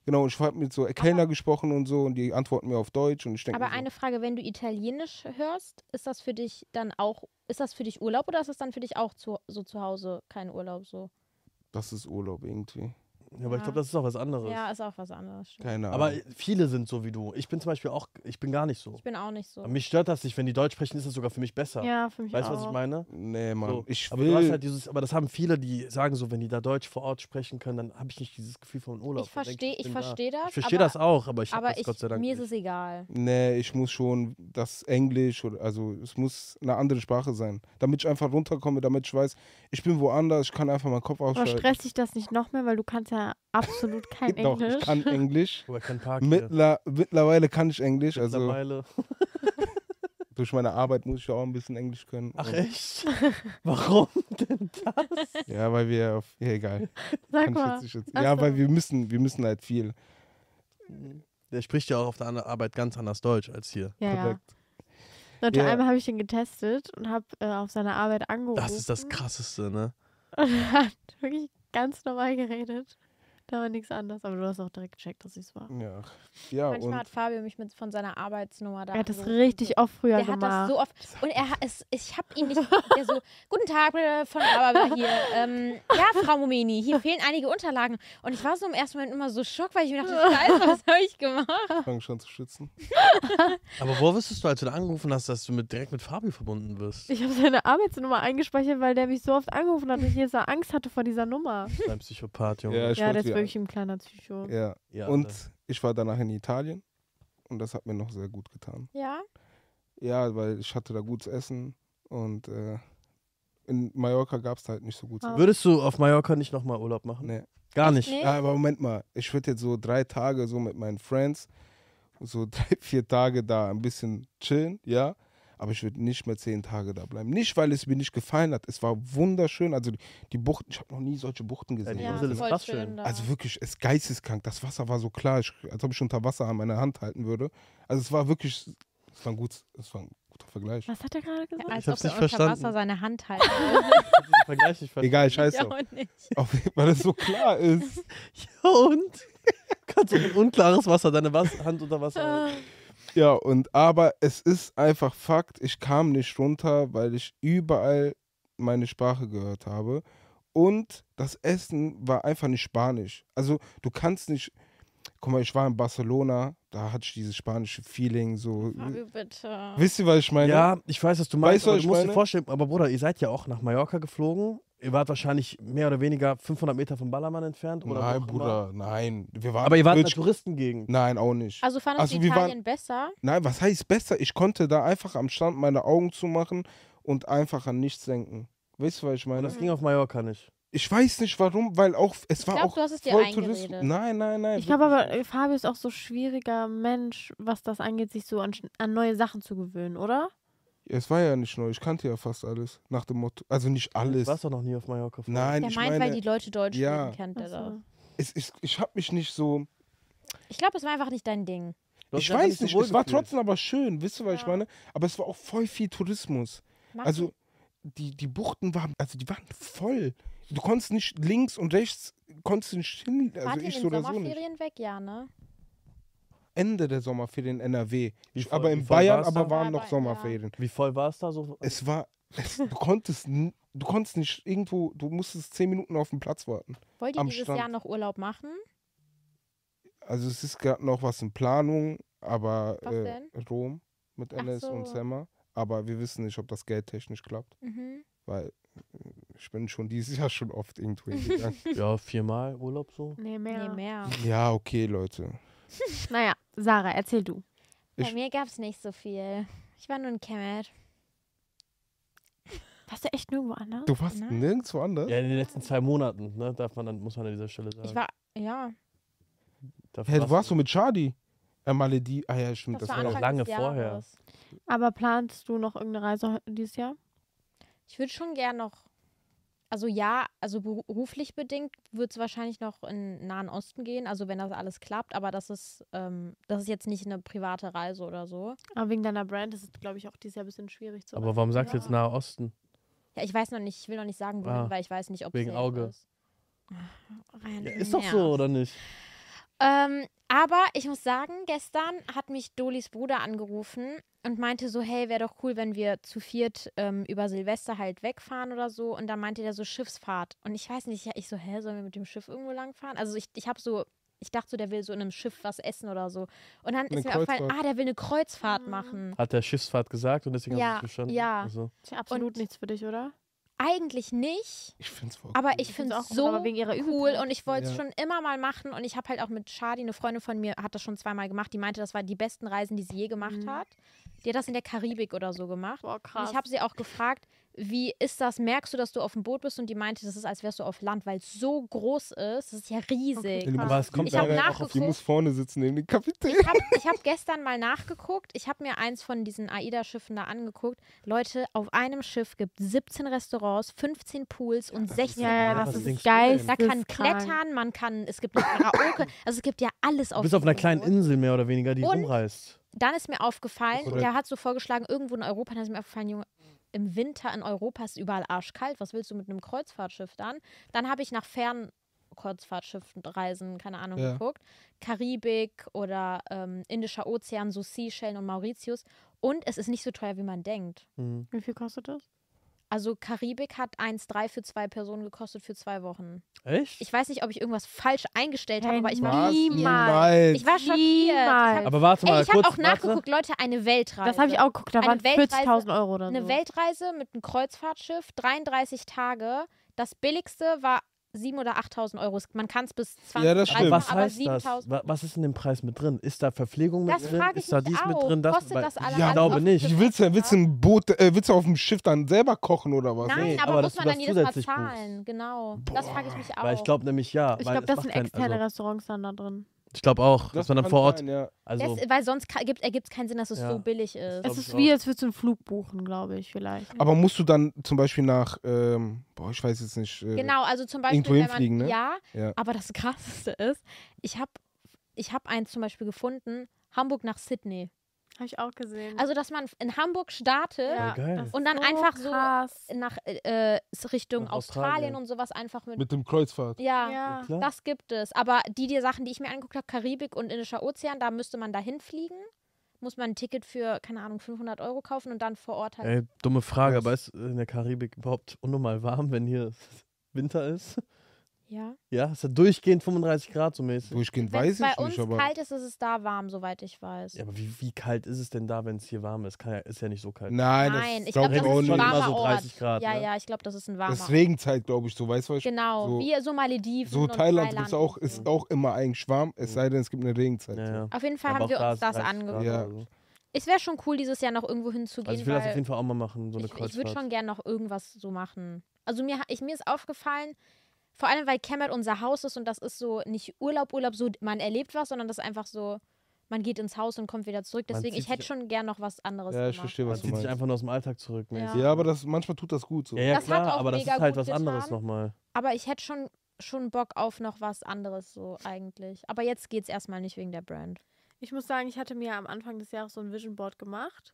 [SPEAKER 2] Genau, und ich habe mit so Kellner gesprochen und so und die antworten mir auf Deutsch und ich denke
[SPEAKER 3] Aber
[SPEAKER 2] so,
[SPEAKER 3] eine Frage, wenn du Italienisch hörst, ist das für dich dann auch, ist das für dich Urlaub oder ist das dann für dich auch zu, so zu Hause kein Urlaub so?
[SPEAKER 2] das ist Urlaub irgendwie.
[SPEAKER 4] ja, aber ich glaube, das ist auch was anderes.
[SPEAKER 3] Ja, ist auch was anderes. stimmt.
[SPEAKER 2] Keine Ahnung.
[SPEAKER 4] aber viele sind so wie du. Ich bin zum Beispiel auch, ich bin gar nicht so.
[SPEAKER 3] Ich bin auch nicht so.
[SPEAKER 4] Aber Mich stört das nicht. Wenn die Deutsch sprechen, ist das sogar für mich besser.
[SPEAKER 1] ja, für mich
[SPEAKER 4] weißt
[SPEAKER 1] auch.
[SPEAKER 4] du, was ich meine?
[SPEAKER 2] nee, Mann,
[SPEAKER 4] So.
[SPEAKER 2] ich
[SPEAKER 4] aber, du hast
[SPEAKER 2] will,
[SPEAKER 4] halt dieses, aber das haben viele, die sagen so, wenn die da Deutsch vor Ort sprechen können, dann habe ich nicht dieses Gefühl von Urlaub.
[SPEAKER 3] Ich
[SPEAKER 4] Dann denk
[SPEAKER 3] verstehe, ich
[SPEAKER 4] bin da.
[SPEAKER 3] verstehe das.
[SPEAKER 4] Ich verstehe das
[SPEAKER 3] aber,
[SPEAKER 4] auch, aber ich habe
[SPEAKER 3] aber
[SPEAKER 4] das
[SPEAKER 3] ich,
[SPEAKER 4] Gott sei Dank
[SPEAKER 3] mir
[SPEAKER 4] nicht.
[SPEAKER 3] ist es egal.
[SPEAKER 2] nee, ich muss schon das Englisch oder, also es muss eine andere Sprache sein, damit ich einfach runterkomme, damit ich weiß, ich bin woanders, ich kann einfach meinen Kopf
[SPEAKER 1] Aber
[SPEAKER 2] ausschalten.
[SPEAKER 1] stresst dich das nicht noch mehr, weil du kannst ja absolut kein
[SPEAKER 2] *laughs* Doch,
[SPEAKER 1] Englisch.
[SPEAKER 2] ich
[SPEAKER 4] *laughs*
[SPEAKER 2] kann Englisch.
[SPEAKER 4] Oder kein Park hier.
[SPEAKER 2] Mittler, mittlerweile kann ich Englisch, also
[SPEAKER 4] Mittlerweile.
[SPEAKER 2] durch meine Arbeit muss ich ja auch ein bisschen Englisch können.
[SPEAKER 4] Ach
[SPEAKER 2] Und-
[SPEAKER 4] echt? *laughs* Warum?
[SPEAKER 2] Ja, weil wir auf, ja
[SPEAKER 1] *laughs*
[SPEAKER 2] egal.
[SPEAKER 1] Sag
[SPEAKER 2] Kann ich
[SPEAKER 1] mal.
[SPEAKER 2] jetzt nicht jetzt,
[SPEAKER 1] Ach
[SPEAKER 2] ja,
[SPEAKER 1] so.
[SPEAKER 2] weil wir müssen, wir müssen halt viel.
[SPEAKER 4] Der spricht ja auch auf der anderen Arbeit ganz anders Deutsch als hier.
[SPEAKER 1] Ja, ja.
[SPEAKER 2] Korrekt.
[SPEAKER 1] Leute,
[SPEAKER 2] Ja.
[SPEAKER 1] einmal habe ich den getestet und habe äh, auf seine Arbeit angerufen.
[SPEAKER 4] Das ist das
[SPEAKER 1] *laughs*
[SPEAKER 3] Mhm.
[SPEAKER 4] Krasseste, ne?
[SPEAKER 1] Und er hat wirklich ganz normal geredet. Da war nichts anderes, aber du hast auch direkt gecheckt, dass ich es war.
[SPEAKER 2] Ja, ja
[SPEAKER 3] Manchmal
[SPEAKER 2] und
[SPEAKER 3] hat Fabio mich mit von seiner Arbeitsnummer da.
[SPEAKER 1] Er hat das
[SPEAKER 3] angerufen.
[SPEAKER 1] richtig oft früher
[SPEAKER 3] Der hat
[SPEAKER 1] gemacht.
[SPEAKER 3] das so oft. Und er hat es, ich habe ihn nicht. Der so, guten Tag äh, von Ababa hier. Ähm, ja, Frau Momeni, hier fehlen einige Unterlagen. Und ich war so im ersten Moment immer so schock, weil ich mir dachte, Scheiße, was habe ich gemacht?
[SPEAKER 1] Ah.
[SPEAKER 2] fange schon zu schützen.
[SPEAKER 4] Aber wo wusstest du, als du da angerufen hast, dass du mit, direkt mit Fabio verbunden
[SPEAKER 3] *laughs*
[SPEAKER 4] wirst?
[SPEAKER 1] ich habe seine Arbeitsnummer eingespeichert, weil der mich so oft angerufen hat, dass ich jetzt Angst hatte vor dieser Nummer.
[SPEAKER 4] Dein Psychopath, Junge.
[SPEAKER 2] Ja, ich
[SPEAKER 1] ja,
[SPEAKER 2] wollte
[SPEAKER 1] der ist
[SPEAKER 2] ja-
[SPEAKER 1] wirklich ein kleiner Psycho.
[SPEAKER 2] Ja.
[SPEAKER 4] Ja, ne. Alter.
[SPEAKER 2] Und ich war danach in Italien und das hat mir noch sehr gut getan.
[SPEAKER 3] Ja,
[SPEAKER 2] Ja, weil ich hatte da gutes Essen und äh, in Mallorca gab es halt nicht so gutes
[SPEAKER 1] Ah.
[SPEAKER 2] Essen.
[SPEAKER 4] Würdest du auf Mallorca nicht nochmal Urlaub machen?
[SPEAKER 2] Nee.
[SPEAKER 4] Gar nicht. *laughs*
[SPEAKER 3] nee.
[SPEAKER 2] Ja, aber Moment mal, ich würde jetzt so drei Tage *laughs* so mit meinen Friends, so drei, vier Tage da ein bisschen chillen, ja. Aber ich würde nicht mehr zehn Tage da bleiben. Nicht, weil es mir nicht gefallen hat. Es war wunderschön. Also die, die Buchten, ich habe noch nie solche Buchten gesehen.
[SPEAKER 4] die
[SPEAKER 1] Ja,
[SPEAKER 4] Insel ist
[SPEAKER 3] voll
[SPEAKER 4] krass
[SPEAKER 3] schön
[SPEAKER 4] schön.
[SPEAKER 3] da.
[SPEAKER 2] Also wirklich, es ist geisteskrank. Das Wasser war so klar, ich, als ob ich unter Wasser an meiner Hand halten würde. Also es war wirklich, es war ein, gut, es war ein guter Vergleich.
[SPEAKER 1] Was hat er gerade gesagt?
[SPEAKER 3] Als
[SPEAKER 4] hab's
[SPEAKER 3] ob er
[SPEAKER 4] nicht
[SPEAKER 3] unter Wasser
[SPEAKER 4] verstanden.
[SPEAKER 3] seine Hand halten
[SPEAKER 4] Vergleich nicht
[SPEAKER 2] Egal, scheiße.
[SPEAKER 3] und nicht.
[SPEAKER 2] Auf, weil das so klar ist.
[SPEAKER 4] Ja, und? *laughs* Kannst du in unklares Wasser deine Was Hand unter Wasser
[SPEAKER 3] Ah.
[SPEAKER 4] halten?
[SPEAKER 2] Ja, und aber es ist einfach Fakt, ich kam nicht runter, weil ich überall meine Sprache gehört habe. Und das Essen war einfach nicht Spanisch. Also du kannst nicht, guck mal, ich war in Barcelona, da hatte ich dieses spanische Feeling so.
[SPEAKER 3] Fabio, bitte.
[SPEAKER 2] Wisst ihr, was ich meine?
[SPEAKER 4] Ja, ich weiß, was du meinst.
[SPEAKER 2] Weißt du,
[SPEAKER 4] aber du
[SPEAKER 2] was ich
[SPEAKER 4] musst dir
[SPEAKER 2] meine?
[SPEAKER 4] vorstellen, aber Bruder, ihr seid ja auch nach Mallorca geflogen. Ihr wart wahrscheinlich mehr oder weniger 500 Meter vom Ballermann entfernt. Oder wo
[SPEAKER 2] Nein,
[SPEAKER 4] auch Immer.
[SPEAKER 2] Bruder, nein. Wir waren
[SPEAKER 4] Aber ihr wart in der
[SPEAKER 2] 40
[SPEAKER 4] Touristengegend.
[SPEAKER 2] Nein, auch nicht.
[SPEAKER 3] Also fandest
[SPEAKER 2] Also,
[SPEAKER 3] du
[SPEAKER 2] wir waren-
[SPEAKER 3] Italien besser?
[SPEAKER 2] Nein, was heißt besser? Ich konnte da einfach am Strand meine Augen zumachen und einfach an nichts denken. Weißt du, was ich
[SPEAKER 4] Und
[SPEAKER 2] meine?
[SPEAKER 4] das ging auf Mallorca nicht.
[SPEAKER 2] Ich weiß nicht warum, weil auch es war
[SPEAKER 3] glaub,
[SPEAKER 2] auch
[SPEAKER 3] du hast es dir
[SPEAKER 2] voll
[SPEAKER 3] eingeredet.
[SPEAKER 2] Tourismus. Nein, nein, nein.
[SPEAKER 1] Ich glaube
[SPEAKER 2] wirklich
[SPEAKER 1] aber, äh, Fabio ist auch so schwieriger Mensch, was das angeht, sich so an, sch- an neue Sachen zu gewöhnen, oder?
[SPEAKER 2] nicht. es war ja nicht neu. Ich kannte ja fast alles nach dem Motto, also nicht
[SPEAKER 4] Du
[SPEAKER 2] alles.
[SPEAKER 4] warst doch noch nie auf Mallorca. vorher.
[SPEAKER 2] Nein,
[SPEAKER 3] Der
[SPEAKER 2] ich
[SPEAKER 3] meint, weil die
[SPEAKER 2] meine,
[SPEAKER 3] Leute Deutsch
[SPEAKER 2] Ja.
[SPEAKER 3] reden, kennt er das.
[SPEAKER 1] Also,
[SPEAKER 2] es, ich, ich habe mich nicht so.
[SPEAKER 3] Ich glaube, es war einfach nicht dein Ding.
[SPEAKER 4] Du hast
[SPEAKER 2] ich
[SPEAKER 4] dich einfach
[SPEAKER 2] weiß
[SPEAKER 4] so
[SPEAKER 2] nicht.
[SPEAKER 4] wohl
[SPEAKER 2] Es war
[SPEAKER 4] gefühlt.
[SPEAKER 2] trotzdem aber schön. Wisst ihr, was ich meine? Aber es war auch voll viel Tourismus.
[SPEAKER 3] Mach
[SPEAKER 2] Also die, die Buchten waren, also die waren voll. Du konntest nicht links und rechts, konntest nicht hin.
[SPEAKER 3] Wart
[SPEAKER 2] Also
[SPEAKER 3] ihr
[SPEAKER 2] ich
[SPEAKER 3] in
[SPEAKER 2] so
[SPEAKER 3] den
[SPEAKER 2] oder so nicht.
[SPEAKER 3] Sommerferien weg? Ja, ne?
[SPEAKER 2] Ende der Sommerferien NRW.
[SPEAKER 4] Wie
[SPEAKER 2] Ich,
[SPEAKER 4] voll-
[SPEAKER 2] aber
[SPEAKER 4] wie
[SPEAKER 2] in
[SPEAKER 4] voll
[SPEAKER 2] Bayern
[SPEAKER 4] war's da?
[SPEAKER 2] aber waren
[SPEAKER 3] Ja,
[SPEAKER 2] noch
[SPEAKER 3] Bayern,
[SPEAKER 2] Sommerferien.
[SPEAKER 4] Wie voll war es da so?
[SPEAKER 2] Es war, es, du konntest, n- du konntest nicht irgendwo, du musstest zehn Minuten auf dem Platz warten.
[SPEAKER 3] Wollt ihr
[SPEAKER 2] Am
[SPEAKER 3] dieses
[SPEAKER 2] Strand.
[SPEAKER 3] Jahr noch Urlaub machen?
[SPEAKER 2] Also es ist gerade noch was in Planung, aber
[SPEAKER 3] Was
[SPEAKER 2] äh,
[SPEAKER 3] denn?
[SPEAKER 2] Rom mit
[SPEAKER 3] Ach
[SPEAKER 2] Alice und
[SPEAKER 3] so.
[SPEAKER 2] Semmer. Aber wir wissen nicht, ob das geldtechnisch klappt,
[SPEAKER 3] Mhm.
[SPEAKER 2] weil äh, ich bin schon dieses Jahr schon oft irgendwo hingegangen.
[SPEAKER 3] *laughs*
[SPEAKER 4] Ja, viermal Urlaub so.
[SPEAKER 1] nee, mehr.
[SPEAKER 3] Nee, mehr.
[SPEAKER 2] ja, okay, Leute.
[SPEAKER 1] Naja, Sarah, erzähl du.
[SPEAKER 3] Bei
[SPEAKER 2] Ich-
[SPEAKER 3] mir gab es nicht so viel. Ich war nur in Kemet.
[SPEAKER 1] Warst du echt nirgendwo anders?
[SPEAKER 2] Du warst
[SPEAKER 3] Nein.
[SPEAKER 2] nirgendwo anders?
[SPEAKER 4] Ja, in den letzten zwei Monaten, ne? Darf man dann, muss man an dieser Stelle sagen.
[SPEAKER 3] Ich war, ja.
[SPEAKER 4] Darf-
[SPEAKER 2] Hey, du warst so mit Shadi. Äh, Maledi. Ah ja, stimmt.
[SPEAKER 3] Das,
[SPEAKER 2] Das, war
[SPEAKER 3] war
[SPEAKER 4] Hm, noch
[SPEAKER 3] Anfang
[SPEAKER 4] lange
[SPEAKER 3] des
[SPEAKER 4] vorher.
[SPEAKER 3] Jahres.
[SPEAKER 1] Aber planst du noch irgendeine Reise he- dieses Jahr?
[SPEAKER 3] Ich würde schon gern noch, also ja, also beruflich bedingt wird es wahrscheinlich noch in den Nahen Osten gehen, also wenn das alles klappt, aber das ist, ähm, das ist jetzt nicht eine private Reise oder so.
[SPEAKER 1] Aber wegen deiner Brand ist es, glaube ich, auch dieses Jahr ein bisschen schwierig zu
[SPEAKER 4] Aber warum sagst du
[SPEAKER 1] Ja.
[SPEAKER 4] jetzt Nahe Osten?
[SPEAKER 3] Ja, ich weiß noch nicht, ich will noch nicht sagen, wohin,
[SPEAKER 4] Ah,
[SPEAKER 3] weil ich weiß nicht, ob
[SPEAKER 4] wegen
[SPEAKER 3] safe
[SPEAKER 4] Auge.
[SPEAKER 3] Ist. Rein
[SPEAKER 4] Ja,
[SPEAKER 3] im
[SPEAKER 4] ist doch
[SPEAKER 3] März.
[SPEAKER 4] so, oder nicht?
[SPEAKER 3] Ähm, aber ich muss sagen, gestern hat mich Dolis Bruder angerufen und meinte so, hey, wäre doch cool, wenn wir zu viert ähm, über Silvester halt wegfahren oder so. Und dann meinte der so Schiffsfahrt. Und ich weiß nicht, ich so, hä, sollen wir mit dem Schiff irgendwo langfahren? Also ich, ich habe so, ich dachte so, der will so in einem Schiff was essen oder so. Und dann
[SPEAKER 2] Eine
[SPEAKER 3] ist mir aufgefallen,
[SPEAKER 2] Kreuzfahrt.
[SPEAKER 3] ah, der will eine Kreuzfahrt
[SPEAKER 1] Mhm.
[SPEAKER 3] machen.
[SPEAKER 4] Hat der Schiffsfahrt gesagt und deswegen
[SPEAKER 3] Ja,
[SPEAKER 4] hast du es verstanden?
[SPEAKER 3] ja.
[SPEAKER 4] Also,
[SPEAKER 1] Ist ja absolut
[SPEAKER 3] Und-
[SPEAKER 1] nichts für dich, oder?
[SPEAKER 3] Eigentlich nicht,
[SPEAKER 2] ich find's voll
[SPEAKER 3] aber
[SPEAKER 2] cool.
[SPEAKER 3] ich finde
[SPEAKER 1] find's
[SPEAKER 3] es
[SPEAKER 1] auch gut,
[SPEAKER 3] so
[SPEAKER 1] aber wegen ihrer halt.
[SPEAKER 3] cool
[SPEAKER 1] Übelkeit.
[SPEAKER 3] und ich wollte es
[SPEAKER 2] Ja.
[SPEAKER 3] schon immer mal machen. Und ich habe halt auch mit Shadi, eine Freundin von mir, hat das schon zweimal gemacht. Die meinte, das war die besten Reisen, die sie je gemacht
[SPEAKER 1] Mhm.
[SPEAKER 3] hat. Die hat das in der Karibik oder so gemacht.
[SPEAKER 1] Boah,
[SPEAKER 3] Und ich habe sie auch gefragt, wie ist das? Merkst du, dass du auf dem Boot bist? Und die meinte, das ist, als wärst du auf Land, weil es so groß ist. Das ist ja riesig.
[SPEAKER 1] Okay.
[SPEAKER 4] aber es kommt
[SPEAKER 3] Ich hab
[SPEAKER 4] leider auch
[SPEAKER 3] nach-
[SPEAKER 4] auf
[SPEAKER 2] Die
[SPEAKER 3] nachgeguckt.
[SPEAKER 2] muss vorne sitzen neben dem Kapitän.
[SPEAKER 3] Ich habe ich hab gestern mal nachgeguckt. Ich habe mir eins von diesen AIDA-Schiffen da angeguckt. Leute, auf einem Schiff gibt es 17 Restaurants, 15 Pools und 16
[SPEAKER 1] ja, ja,
[SPEAKER 3] Bars.
[SPEAKER 1] das
[SPEAKER 4] das
[SPEAKER 1] ist
[SPEAKER 4] Ding-
[SPEAKER 1] geil.
[SPEAKER 3] Da kann klettern, man kann, es gibt eine
[SPEAKER 1] *coughs*
[SPEAKER 3] Karaoke, also es gibt ja alles
[SPEAKER 4] du
[SPEAKER 3] auf
[SPEAKER 4] bist auf
[SPEAKER 3] diesem
[SPEAKER 4] einer kleinen
[SPEAKER 3] Boot.
[SPEAKER 4] Insel mehr oder weniger, die
[SPEAKER 3] Und-
[SPEAKER 4] rumreist.
[SPEAKER 3] Dann ist mir aufgefallen,
[SPEAKER 2] Korrekt.
[SPEAKER 3] der hat so vorgeschlagen, irgendwo in Europa, dann ist mir aufgefallen, Junge, im Winter in Europa ist überall arschkalt, was willst du mit einem Kreuzfahrtschiff dann? Dann habe ich nach fernen Kreuzfahrtschiffen reisen, keine Ahnung,
[SPEAKER 2] Ja.
[SPEAKER 3] geguckt. Karibik oder ähm, Indischer Ozean, so Seychellen und Mauritius. Und es ist nicht so teuer, wie man denkt.
[SPEAKER 4] Mhm.
[SPEAKER 1] Wie viel kostet das?
[SPEAKER 3] Also Karibik hat 1,3 für zwei Personen gekostet für zwei Wochen.
[SPEAKER 4] Echt?
[SPEAKER 3] Ich weiß nicht, ob ich irgendwas falsch eingestellt habe,
[SPEAKER 1] Hey,
[SPEAKER 3] aber ich war
[SPEAKER 2] Was?
[SPEAKER 1] niemals.
[SPEAKER 3] Ich war schockiert.
[SPEAKER 1] Niemals.
[SPEAKER 3] Ich hab,
[SPEAKER 4] aber warte mal,
[SPEAKER 3] ey, ich
[SPEAKER 4] kurz.
[SPEAKER 3] habe auch
[SPEAKER 4] warte.
[SPEAKER 3] nachgeguckt, Leute, eine Weltreise.
[SPEAKER 1] Das habe ich auch geguckt. Da
[SPEAKER 3] Eine
[SPEAKER 1] waren
[SPEAKER 3] Weltreise-
[SPEAKER 1] 40.000 Euro oder so.
[SPEAKER 3] Eine Weltreise mit einem Kreuzfahrtschiff, 33 Tage. Das billigste war 7.000 oder 8.000 Euro. Man kann es bis 20
[SPEAKER 2] Ja, das
[SPEAKER 4] Aber
[SPEAKER 2] stimmt.
[SPEAKER 4] was
[SPEAKER 3] aber
[SPEAKER 4] heißt das?
[SPEAKER 3] 7.000.
[SPEAKER 4] Wa- Was ist in dem Preis mit drin? Ist da Verpflegung mit
[SPEAKER 3] Das
[SPEAKER 4] drin?
[SPEAKER 3] frage ich
[SPEAKER 4] ist da
[SPEAKER 3] mich
[SPEAKER 4] dies mit
[SPEAKER 3] auch.
[SPEAKER 4] drin? Das,
[SPEAKER 3] Kostet
[SPEAKER 4] weil-
[SPEAKER 3] das alles
[SPEAKER 4] Ich glaube
[SPEAKER 3] auf-
[SPEAKER 4] nicht.
[SPEAKER 2] Wie willst du denn? Willst du ein Boot, äh, willst du auf dem Schiff dann selber kochen oder was? ne?
[SPEAKER 3] Nein,
[SPEAKER 4] Nee,
[SPEAKER 3] aber,
[SPEAKER 4] aber
[SPEAKER 3] muss
[SPEAKER 4] dass
[SPEAKER 3] man
[SPEAKER 4] du das
[SPEAKER 3] dann jedes Mal
[SPEAKER 4] zusätzlich
[SPEAKER 3] zahlen. Genau. Das frage ich mich auch.
[SPEAKER 4] Weil ich glaube nämlich ja.
[SPEAKER 1] ich
[SPEAKER 4] weil
[SPEAKER 1] glaube,
[SPEAKER 4] es
[SPEAKER 1] das
[SPEAKER 4] macht
[SPEAKER 1] sind
[SPEAKER 4] keinen-
[SPEAKER 1] externe
[SPEAKER 4] also,
[SPEAKER 1] Restaurants dann da drin.
[SPEAKER 4] Ich glaube auch, dass man dann
[SPEAKER 2] kann
[SPEAKER 4] vor Ort.
[SPEAKER 2] sein, ja.
[SPEAKER 4] Also,
[SPEAKER 3] Das, weil sonst ka- gibt- ergibt es keinen Sinn, dass es
[SPEAKER 4] Ja.
[SPEAKER 3] so billig ist.
[SPEAKER 4] Glaub
[SPEAKER 1] Es
[SPEAKER 4] ich
[SPEAKER 1] ist
[SPEAKER 4] auch.
[SPEAKER 1] wie, als würdest du einen Flug buchen, glaube ich, vielleicht.
[SPEAKER 2] Aber musst du dann zum Beispiel nach, ähm, boah, ich weiß jetzt nicht. Äh,
[SPEAKER 3] Genau, also zum
[SPEAKER 2] irgendwo
[SPEAKER 3] Beispiel, wenn man,
[SPEAKER 2] hinfliegen, ne?
[SPEAKER 3] ja,
[SPEAKER 2] Ja.
[SPEAKER 3] aber das *laughs* Krasseste ist, ich habe ich hab eins zum Beispiel gefunden, Hamburg nach Sydney.
[SPEAKER 1] Habe ich auch gesehen.
[SPEAKER 3] Also, dass man in Hamburg startet
[SPEAKER 4] Ja, geil.
[SPEAKER 3] und dann einfach so
[SPEAKER 1] krass.
[SPEAKER 3] nach äh, äh, Richtung
[SPEAKER 4] Nach
[SPEAKER 3] Australien,
[SPEAKER 4] Australien.
[SPEAKER 3] und sowas einfach mit,
[SPEAKER 2] Mit dem Kreuzfahrt.
[SPEAKER 3] ja,
[SPEAKER 1] Ja.
[SPEAKER 4] Klar.
[SPEAKER 3] das gibt es. Aber die, die Sachen, die ich mir angeguckt habe, Karibik und Indischer Ozean, da müsste man dahin fliegen. Muss man ein Ticket für, keine Ahnung, 500 Euro kaufen und dann vor Ort halt.
[SPEAKER 4] Ey, dumme Frage, aber ist in der Karibik überhaupt unnormal warm, wenn hier *laughs* Winter ist?
[SPEAKER 3] Ja.
[SPEAKER 4] Ja, ist ja durchgehend 35 Grad so mäßig.
[SPEAKER 2] Durchgehend
[SPEAKER 3] Wenn
[SPEAKER 2] weiß
[SPEAKER 3] es bei
[SPEAKER 2] ich
[SPEAKER 3] uns
[SPEAKER 2] nicht, aber.
[SPEAKER 3] kalt ist, ist es da warm, soweit ich weiß.
[SPEAKER 4] Ja, aber wie, wie kalt ist es denn da, wenn es hier warm ist? Kann ja, ist ja nicht so kalt.
[SPEAKER 2] Nein, das
[SPEAKER 3] Nein, ich
[SPEAKER 2] glaub
[SPEAKER 3] glaube, das ist
[SPEAKER 2] auch
[SPEAKER 3] ein
[SPEAKER 4] schon
[SPEAKER 2] nicht.
[SPEAKER 4] warm.
[SPEAKER 2] Also,
[SPEAKER 3] warmer
[SPEAKER 4] immer so 30
[SPEAKER 3] Ort.
[SPEAKER 4] Grad,
[SPEAKER 3] ja,
[SPEAKER 4] ne?
[SPEAKER 3] ja, ich glaube, das ist ein warmer
[SPEAKER 2] Das ist Regenzeit, glaube halt, ich, so. Weißt du, was ich
[SPEAKER 3] Genau,
[SPEAKER 2] so-
[SPEAKER 3] wie so Malediven.
[SPEAKER 2] So
[SPEAKER 3] und
[SPEAKER 2] Thailand,
[SPEAKER 3] Thailand
[SPEAKER 2] ist auch,
[SPEAKER 3] und so.
[SPEAKER 2] ist auch immer eigentlich Schwarm, es sei denn, es gibt eine Regenzeit.
[SPEAKER 4] Ja, ja.
[SPEAKER 3] Auf jeden Fall
[SPEAKER 4] Aber
[SPEAKER 3] haben
[SPEAKER 4] auch
[SPEAKER 3] wir
[SPEAKER 4] da ist
[SPEAKER 3] uns das
[SPEAKER 4] 30 Grad
[SPEAKER 3] angeguckt.
[SPEAKER 2] Ja.
[SPEAKER 4] oder so.
[SPEAKER 3] Es wäre schon cool, dieses Jahr noch irgendwo hinzugehen,
[SPEAKER 4] Also ich will das auf
[SPEAKER 3] weil
[SPEAKER 4] jeden Fall auch mal machen, so eine
[SPEAKER 3] ich, ich würde
[SPEAKER 4] Kreuzfahrt.
[SPEAKER 3] schon gern noch irgendwas so machen. Also mir, ha- ich, mir ist aufgefallen, vor allem weil Kemet unser Haus ist und das ist so nicht Urlaub, Urlaub, so man erlebt was, sondern das ist einfach so, man geht ins Haus und kommt wieder zurück.
[SPEAKER 4] Man
[SPEAKER 3] Deswegen,
[SPEAKER 4] zieht
[SPEAKER 3] ich hätte
[SPEAKER 4] sich-
[SPEAKER 3] schon gern noch was anderes
[SPEAKER 2] Ja, ich
[SPEAKER 3] gemacht.
[SPEAKER 2] verstehe,
[SPEAKER 4] Man
[SPEAKER 2] was du
[SPEAKER 4] zieht sich
[SPEAKER 2] meinst.
[SPEAKER 4] einfach nur aus dem Alltag zurück.
[SPEAKER 3] Ja.
[SPEAKER 4] mäßig.
[SPEAKER 2] Ja, aber das, manchmal tut das gut so.
[SPEAKER 4] Ja, ja
[SPEAKER 3] Das hat
[SPEAKER 4] klar,
[SPEAKER 3] auch
[SPEAKER 4] aber das
[SPEAKER 3] mega
[SPEAKER 4] ist halt
[SPEAKER 3] gut
[SPEAKER 4] was anderes
[SPEAKER 3] getan.
[SPEAKER 4] nochmal.
[SPEAKER 3] Also, Aber ich hätte schon, schon Bock auf noch was anderes so eigentlich. Aber jetzt geht's erstmal nicht wegen der Brand.
[SPEAKER 1] Ich muss sagen, ich hatte mir am Anfang des Jahres so ein Vision Board gemacht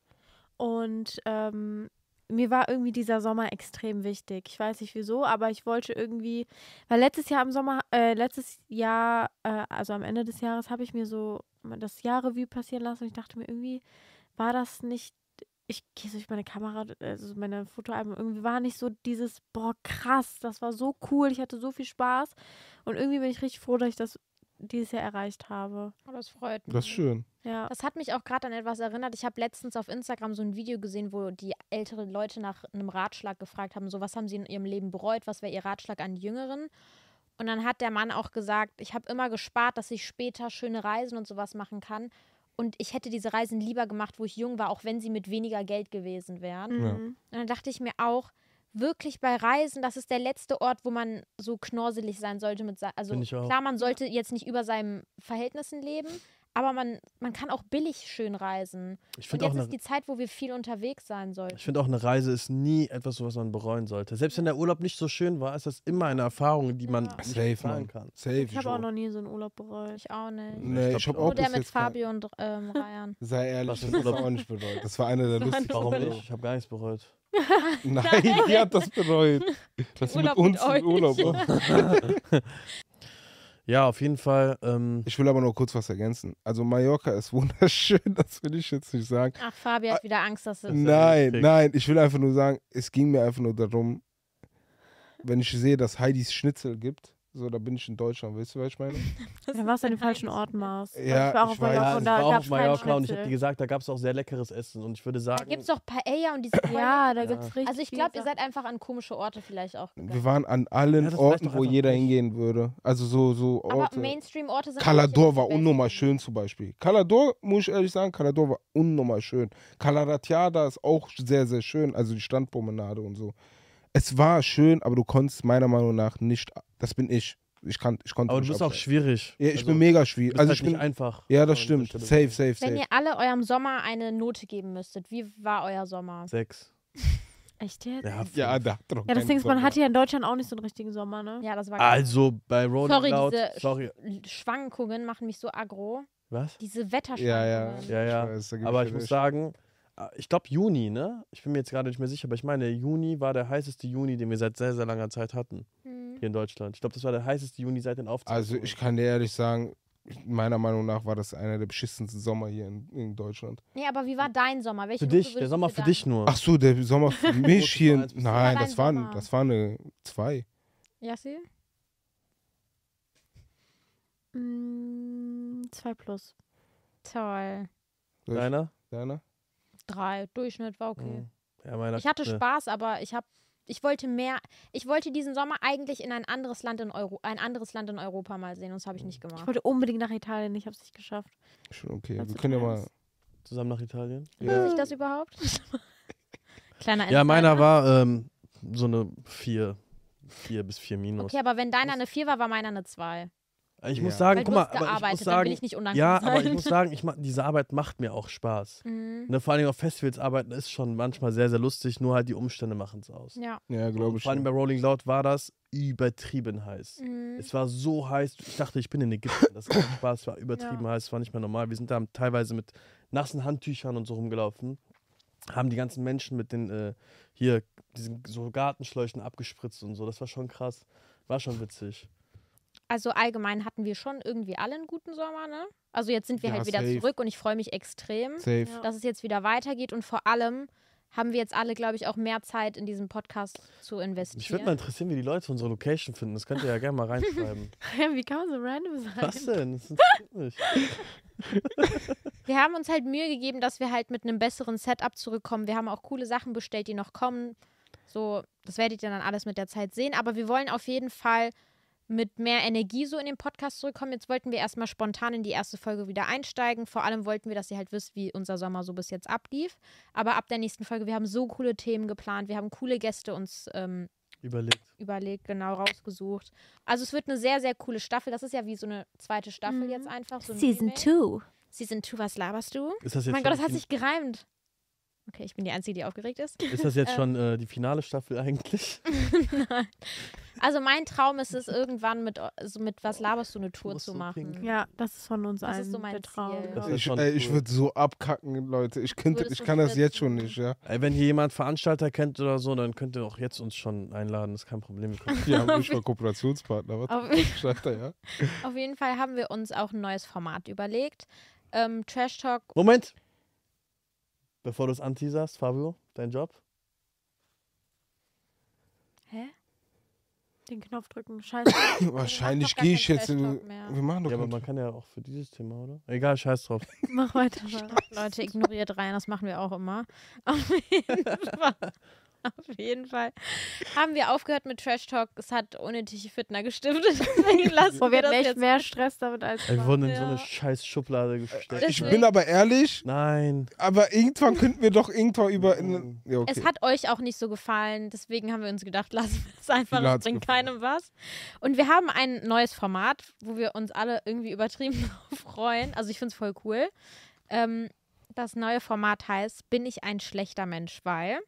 [SPEAKER 1] und ähm, mir war irgendwie dieser Sommer extrem wichtig. Ich weiß nicht wieso, aber ich wollte irgendwie, weil letztes Jahr im Sommer, äh, letztes Jahr, äh, also am Ende des Jahres, habe ich mir so das Jahr Revue passieren lassen und ich dachte mir irgendwie, war das nicht, ich gehe so durch meine Kamera, also meine Fotoalben, irgendwie war nicht so dieses, boah, krass, das war so cool, ich hatte so viel Spaß und irgendwie bin ich richtig froh, dass ich das dieses Jahr erreicht habe.
[SPEAKER 3] Oh, das freut mich.
[SPEAKER 2] Das ist schön.
[SPEAKER 1] Ja.
[SPEAKER 3] Das hat mich auch gerade an etwas erinnert. Ich habe letztens auf Instagram so ein Video gesehen, wo die älteren Leute nach einem Ratschlag gefragt haben, so was haben sie in ihrem Leben bereut, was wäre ihr Ratschlag an die Jüngeren? Und dann hat der Mann auch gesagt, ich habe immer gespart, dass ich später schöne Reisen und sowas machen kann. Und ich hätte diese Reisen lieber gemacht, wo ich jung war, auch wenn sie mit weniger Geld gewesen wären.
[SPEAKER 1] Mhm.
[SPEAKER 3] Und dann dachte ich mir auch, wirklich bei Reisen, das ist der letzte Ort, wo man so knorselig sein sollte mit sein. Also
[SPEAKER 4] Finde ich auch.
[SPEAKER 3] klar, man sollte jetzt nicht über seinen Verhältnissen leben, aber man, man kann auch billig schön reisen.
[SPEAKER 4] Ich
[SPEAKER 3] Und
[SPEAKER 4] finde auch,
[SPEAKER 3] jetzt
[SPEAKER 4] eine-
[SPEAKER 3] ist die Zeit, wo wir viel unterwegs sein sollten.
[SPEAKER 4] ich find auch, eine Reise ist nie etwas, was man bereuen sollte. Selbst wenn der Urlaub nicht so schön war, ist das immer eine Erfahrung, die man
[SPEAKER 1] Ja.
[SPEAKER 4] nicht
[SPEAKER 2] Safe,
[SPEAKER 4] bezahlen
[SPEAKER 2] man.
[SPEAKER 4] kann.
[SPEAKER 2] Safe.
[SPEAKER 1] Ich habe auch noch nie so einen Urlaub bereut.
[SPEAKER 3] Ich auch nicht.
[SPEAKER 2] Nee,
[SPEAKER 4] Ich
[SPEAKER 2] ich
[SPEAKER 4] glaub
[SPEAKER 2] habe
[SPEAKER 4] schon.
[SPEAKER 2] auch
[SPEAKER 3] Nur der
[SPEAKER 2] bis
[SPEAKER 3] mit
[SPEAKER 2] jetzt kein-
[SPEAKER 3] Fabio und ähm, Ryan.
[SPEAKER 2] Sei
[SPEAKER 4] Was
[SPEAKER 2] ehrlich, das
[SPEAKER 4] ist
[SPEAKER 2] ist
[SPEAKER 4] Urlaub?
[SPEAKER 2] auch nicht bereut. Das war einer der lustigsten.
[SPEAKER 4] Warum
[SPEAKER 2] Urlaube.
[SPEAKER 4] nicht? Ich habe gar nichts bereut.
[SPEAKER 2] Nein, die hat das bereut. Dass sie mit
[SPEAKER 3] Urlaub mit
[SPEAKER 2] uns
[SPEAKER 3] euch.
[SPEAKER 2] in Urlaub
[SPEAKER 4] *laughs*
[SPEAKER 2] war.
[SPEAKER 4] Ja, auf jeden Fall. Ähm,
[SPEAKER 2] Ich will aber noch kurz was ergänzen. Also Mallorca ist wunderschön, *laughs* das will ich jetzt nicht sagen.
[SPEAKER 3] Ach, Fabio hat wieder Angst, dass es.
[SPEAKER 2] Nein,
[SPEAKER 4] richtig.
[SPEAKER 2] nein, ich will einfach nur sagen, es ging mir einfach nur darum, wenn ich sehe, dass Heidis Schnitzel gibt, so, da bin ich in Deutschland, weißt du, was ich meine?
[SPEAKER 1] Dann warst du an
[SPEAKER 3] *laughs*
[SPEAKER 1] den falschen Orten, Maus.
[SPEAKER 2] Ja,
[SPEAKER 1] ich war auch
[SPEAKER 2] ich
[SPEAKER 1] auf
[SPEAKER 2] weiß.
[SPEAKER 1] Mallorca
[SPEAKER 2] Ja,
[SPEAKER 1] und
[SPEAKER 4] ich
[SPEAKER 1] da
[SPEAKER 4] war
[SPEAKER 1] gab
[SPEAKER 4] auch auf
[SPEAKER 1] es
[SPEAKER 4] Mallorca und ich habe dir gesagt, da gab es auch sehr leckeres Essen. Und ich würde sagen,
[SPEAKER 3] Da gibt es doch Paella und diese.
[SPEAKER 1] Ja, da
[SPEAKER 4] Ja.
[SPEAKER 1] gibt's richtig
[SPEAKER 3] Also ich
[SPEAKER 1] viel
[SPEAKER 3] glaube, ihr
[SPEAKER 1] Sachen.
[SPEAKER 3] seid einfach an komische Orte vielleicht auch
[SPEAKER 2] Wir
[SPEAKER 3] gegangen.
[SPEAKER 2] waren an
[SPEAKER 4] Ja,
[SPEAKER 2] allen
[SPEAKER 4] das reicht
[SPEAKER 2] Orten,
[SPEAKER 4] doch
[SPEAKER 2] wo
[SPEAKER 4] einfach
[SPEAKER 2] jeder
[SPEAKER 4] nicht.
[SPEAKER 2] hingehen würde. Also so, so
[SPEAKER 3] Aber
[SPEAKER 2] Orte.
[SPEAKER 3] Mainstream-Orte sind.
[SPEAKER 2] Calador
[SPEAKER 3] eigentlich
[SPEAKER 2] war
[SPEAKER 3] die besten.
[SPEAKER 2] unnormal schön zum Beispiel. Calador, muss ich ehrlich sagen, Calador war unnormal schön. Calaratiada ist auch sehr, sehr schön, also die Strandpromenade und so. Es war schön, aber du konntest meiner Meinung nach nicht, das bin ich. Ich, kann, ich konnte
[SPEAKER 4] aber du
[SPEAKER 2] nicht
[SPEAKER 4] bist auch
[SPEAKER 2] abschalten.
[SPEAKER 4] schwierig.
[SPEAKER 2] Ja, ich
[SPEAKER 4] Also,
[SPEAKER 2] bin mega
[SPEAKER 4] du
[SPEAKER 2] schwierig.
[SPEAKER 4] bist
[SPEAKER 2] Also
[SPEAKER 4] halt
[SPEAKER 2] ich bin
[SPEAKER 4] nicht einfach.
[SPEAKER 2] Ja, das
[SPEAKER 4] an
[SPEAKER 2] stimmt.
[SPEAKER 4] der Stelle.
[SPEAKER 2] Safe, safe,
[SPEAKER 3] Wenn ihr
[SPEAKER 2] safe.
[SPEAKER 3] alle eurem Sommer eine Note geben müsstet, wie war euer Sommer?
[SPEAKER 4] Sechs.
[SPEAKER 1] Echt jetzt? Ja,
[SPEAKER 4] Ja, also
[SPEAKER 2] Ja,
[SPEAKER 4] fünf.
[SPEAKER 2] da hat doch
[SPEAKER 1] das
[SPEAKER 2] keinen
[SPEAKER 1] Ding ist, man
[SPEAKER 2] Sommer.
[SPEAKER 1] hat hier in Deutschland auch nicht so einen richtigen Sommer, ne?
[SPEAKER 3] Ja, das war
[SPEAKER 4] Also bei Rolling
[SPEAKER 3] Sorry,
[SPEAKER 4] Loud.
[SPEAKER 3] diese
[SPEAKER 4] sorry.
[SPEAKER 3] Sch- Schwankungen machen mich so aggro.
[SPEAKER 4] Was?
[SPEAKER 3] Diese
[SPEAKER 2] Ja, ja.
[SPEAKER 3] Wetterschwankungen.
[SPEAKER 4] Ja, ja.
[SPEAKER 2] weiß, da geb
[SPEAKER 4] Aber
[SPEAKER 2] dir
[SPEAKER 4] ich muss
[SPEAKER 2] recht.
[SPEAKER 4] sagen, äh, ich glaube Juni, ne? Ich bin mir jetzt gerade nicht mehr sicher, aber ich meine, Juni war der heißeste Juni, den wir seit sehr, sehr langer Zeit hatten
[SPEAKER 3] Hm.
[SPEAKER 4] hier in Deutschland. Ich glaube, das war der heißeste Juni seit den Aufzeichnungen.
[SPEAKER 2] Also ich kann dir ehrlich sagen, meiner Meinung nach war das einer der beschissensten Sommer hier in, in Deutschland.
[SPEAKER 3] Nee, aber wie war dein Sommer? Welche
[SPEAKER 4] Für
[SPEAKER 3] Note
[SPEAKER 4] dich, der
[SPEAKER 3] würdest
[SPEAKER 4] Sommer
[SPEAKER 3] du
[SPEAKER 4] für
[SPEAKER 3] dann-
[SPEAKER 4] dich nur.
[SPEAKER 2] Ach so, der
[SPEAKER 3] *laughs*
[SPEAKER 2] Sommer für mich
[SPEAKER 4] Note von
[SPEAKER 2] hier.
[SPEAKER 4] eins bis
[SPEAKER 2] Nein,
[SPEAKER 3] zehn.
[SPEAKER 2] das
[SPEAKER 3] War
[SPEAKER 2] war,
[SPEAKER 3] dein Sommer.
[SPEAKER 2] das war eine 2.
[SPEAKER 3] Jassi?
[SPEAKER 1] Mm, zwei plus.
[SPEAKER 3] Toll.
[SPEAKER 4] Deiner?
[SPEAKER 2] Deiner?
[SPEAKER 3] Drei. Durchschnitt war okay.
[SPEAKER 4] Mhm. Ja, meiner.
[SPEAKER 3] Ich hatte
[SPEAKER 4] ne.
[SPEAKER 3] Spaß, aber ich habe ich wollte mehr, ich wollte diesen Sommer eigentlich in ein anderes Land in Euro, ein anderes Land in Europa mal sehen und das habe ich nicht
[SPEAKER 1] Ich
[SPEAKER 3] gemacht.
[SPEAKER 1] wollte unbedingt nach Italien, ich habe es nicht geschafft.
[SPEAKER 2] Schon okay.
[SPEAKER 1] Also
[SPEAKER 2] wir können ja mal.
[SPEAKER 1] eins.
[SPEAKER 4] ne? Zusammen nach Italien.
[SPEAKER 3] Weiß
[SPEAKER 2] Ja.
[SPEAKER 3] ich
[SPEAKER 4] *laughs*
[SPEAKER 3] das überhaupt? Kleiner
[SPEAKER 4] Ja,
[SPEAKER 3] Insider.
[SPEAKER 4] meiner war ähm, so eine 4. 4 bis 4 minus.
[SPEAKER 3] Okay, aber wenn deiner eine 4 war, war meiner eine 2.
[SPEAKER 4] Ich
[SPEAKER 2] Ja.
[SPEAKER 4] muss sagen,
[SPEAKER 3] Weil
[SPEAKER 4] guck
[SPEAKER 3] du
[SPEAKER 4] mal,
[SPEAKER 3] hast
[SPEAKER 4] aber ich
[SPEAKER 3] gearbeitet,
[SPEAKER 4] muss
[SPEAKER 3] dann
[SPEAKER 4] sagen,
[SPEAKER 3] will ich nicht undankbar
[SPEAKER 4] ja,
[SPEAKER 3] sein. *laughs*
[SPEAKER 4] aber ich muss sagen, ich ma, diese Arbeit macht mir auch Spaß.
[SPEAKER 3] Mhm.
[SPEAKER 4] Ne, vor allem auf Festivals arbeiten ist schon manchmal sehr, sehr lustig, nur halt die Umstände machen es aus.
[SPEAKER 3] Ja.
[SPEAKER 2] Ja, glaube ich.
[SPEAKER 4] Vor allem bei
[SPEAKER 2] schon.
[SPEAKER 4] Rolling Loud war das übertrieben heiß.
[SPEAKER 3] Mhm.
[SPEAKER 4] Es war so heiß, ich dachte, ich bin in Ägypten. Das war
[SPEAKER 3] *laughs*
[SPEAKER 4] Spaß, es war übertrieben heiß, es war nicht mehr normal. Wir sind da teilweise mit nassen Handtüchern und so rumgelaufen, haben die ganzen Menschen mit den äh, hier diesen so Gartenschläuchen abgespritzt und so. Das war schon krass. War schon witzig.
[SPEAKER 3] Also allgemein hatten wir schon irgendwie alle einen guten Sommer, ne? Also jetzt sind wir
[SPEAKER 2] Ja,
[SPEAKER 3] halt wieder
[SPEAKER 2] safe.
[SPEAKER 3] zurück und ich freue mich extrem,
[SPEAKER 2] Safe.
[SPEAKER 1] Ja.
[SPEAKER 3] dass es jetzt wieder weitergeht und vor allem haben wir jetzt alle, glaube ich, auch mehr Zeit in diesen Podcast zu
[SPEAKER 4] Mich würde mal
[SPEAKER 3] investieren.
[SPEAKER 4] interessieren, wie die Leute unsere Location finden. Das könnt ihr ja
[SPEAKER 3] *laughs*
[SPEAKER 4] gerne mal reinschreiben.
[SPEAKER 1] *laughs* Wie kann man so random sein?
[SPEAKER 4] Was denn? Das interessiert mich.
[SPEAKER 3] Wir haben uns halt Mühe gegeben, dass wir halt mit einem besseren Setup zurückkommen. Wir haben auch coole Sachen bestellt, die noch kommen. So, das werdet ihr dann alles mit der Zeit sehen. Aber wir wollen auf jeden Fall mit mehr Energie so in den Podcast zurückkommen. Jetzt wollten wir erstmal spontan in die erste Folge wieder einsteigen. Vor allem wollten wir, dass ihr halt wisst, wie unser Sommer so bis jetzt ablief. Aber ab der nächsten Folge, wir haben so coole Themen geplant. Wir haben coole Gäste uns ähm,
[SPEAKER 4] Überlegt.
[SPEAKER 3] überlegt, genau rausgesucht. Also es wird eine sehr, sehr coole Staffel. Das ist ja wie so eine zweite Staffel
[SPEAKER 1] Mhm.
[SPEAKER 3] jetzt einfach. So ein
[SPEAKER 1] Season
[SPEAKER 3] Remake.
[SPEAKER 1] 2.
[SPEAKER 3] Season 2, was laberst du?
[SPEAKER 4] Ist das
[SPEAKER 3] Oh
[SPEAKER 4] jetzt
[SPEAKER 3] mein Gott, das
[SPEAKER 4] schon
[SPEAKER 3] hat
[SPEAKER 4] die
[SPEAKER 3] sich gereimt. Okay, ich bin die Einzige, die aufgeregt ist.
[SPEAKER 4] Fin- Ist das jetzt
[SPEAKER 3] ähm,
[SPEAKER 4] schon äh, die finale Staffel eigentlich?
[SPEAKER 3] Also mein Traum ist es, irgendwann mit, also mit
[SPEAKER 2] Oh,
[SPEAKER 3] was laberst du eine Tour
[SPEAKER 4] musst
[SPEAKER 3] zu
[SPEAKER 4] so
[SPEAKER 3] machen.
[SPEAKER 4] pinkeln.
[SPEAKER 1] Ja, das ist von uns
[SPEAKER 3] Das
[SPEAKER 1] allen
[SPEAKER 3] ist so mein
[SPEAKER 1] der Traum.
[SPEAKER 3] Ziel.
[SPEAKER 4] Das
[SPEAKER 1] Ja.
[SPEAKER 4] ist
[SPEAKER 2] Ich,
[SPEAKER 4] schon
[SPEAKER 2] ey, ich
[SPEAKER 4] cool.
[SPEAKER 2] würde so abkacken, Leute. Ich, könnte,
[SPEAKER 3] Würdest
[SPEAKER 2] ich
[SPEAKER 3] du
[SPEAKER 2] kann das
[SPEAKER 3] schwitzen?
[SPEAKER 2] jetzt schon
[SPEAKER 3] *laughs*
[SPEAKER 2] nicht, ja.
[SPEAKER 4] Ey, wenn hier jemand Veranstalter kennt oder so, dann könnt ihr auch jetzt uns schon einladen. Das ist kein Problem. Wir
[SPEAKER 3] *laughs*
[SPEAKER 4] können-
[SPEAKER 2] Wir haben nicht mal Kooperationspartner. Was?
[SPEAKER 3] Auf,
[SPEAKER 2] Schreibt
[SPEAKER 3] *laughs*
[SPEAKER 2] er, ja?
[SPEAKER 3] auf jeden Fall haben wir uns auch ein neues Format überlegt. Ähm, Trash Talk,
[SPEAKER 4] Moment! Bevor du es anteaserst, Fabio, dein Job.
[SPEAKER 3] hä?
[SPEAKER 1] Den Knopf drücken. Scheiße. *laughs*
[SPEAKER 2] Wahrscheinlich
[SPEAKER 3] doch gar
[SPEAKER 2] gehe ich
[SPEAKER 3] keinen
[SPEAKER 2] jetzt.
[SPEAKER 3] Trash
[SPEAKER 2] in-
[SPEAKER 3] Talk mehr.
[SPEAKER 2] Wir machen doch
[SPEAKER 4] Ja, aber
[SPEAKER 2] keinen
[SPEAKER 4] man kann ja auch für dieses Thema, oder? Egal, scheiß
[SPEAKER 3] *laughs*
[SPEAKER 4] drauf.
[SPEAKER 1] Mach weiter. Sarah.
[SPEAKER 3] Leute, ignoriert rein, das machen wir auch immer. Auf
[SPEAKER 2] *laughs*
[SPEAKER 3] jeden Fall. Auf jeden Fall. Haben wir aufgehört mit Trash Talk. Es hat unnötige Fitner gestimmt. *laughs* Deswegen lassen
[SPEAKER 1] Boah, wir
[SPEAKER 3] wir
[SPEAKER 1] hatten
[SPEAKER 3] das
[SPEAKER 1] echt
[SPEAKER 3] jetzt.
[SPEAKER 1] mehr Stress damit als
[SPEAKER 4] Ey, wir wurden in so
[SPEAKER 1] Ja.
[SPEAKER 4] eine scheiß Schublade
[SPEAKER 2] Trash-
[SPEAKER 4] gesteckt.
[SPEAKER 2] Äh,
[SPEAKER 4] ne?
[SPEAKER 2] Ich
[SPEAKER 3] Deswegen-
[SPEAKER 2] bin aber ehrlich,
[SPEAKER 4] Nein.
[SPEAKER 2] aber irgendwann könnten wir doch irgendwann über. In,
[SPEAKER 4] Oh.
[SPEAKER 2] ja, okay.
[SPEAKER 3] Es hat euch auch nicht so gefallen, deswegen haben wir uns gedacht, *laughs* lassen wir es einfach,
[SPEAKER 2] Vielen
[SPEAKER 3] es
[SPEAKER 2] hat's
[SPEAKER 3] bringt
[SPEAKER 2] gefallen.
[SPEAKER 3] keinem was. Und wir haben ein neues Format, wo wir uns alle irgendwie übertrieben *laughs* drauf freuen. Also ich finde es voll cool. Ähm, das neue Format heißt Bin ich ein schlechter Mensch, weil.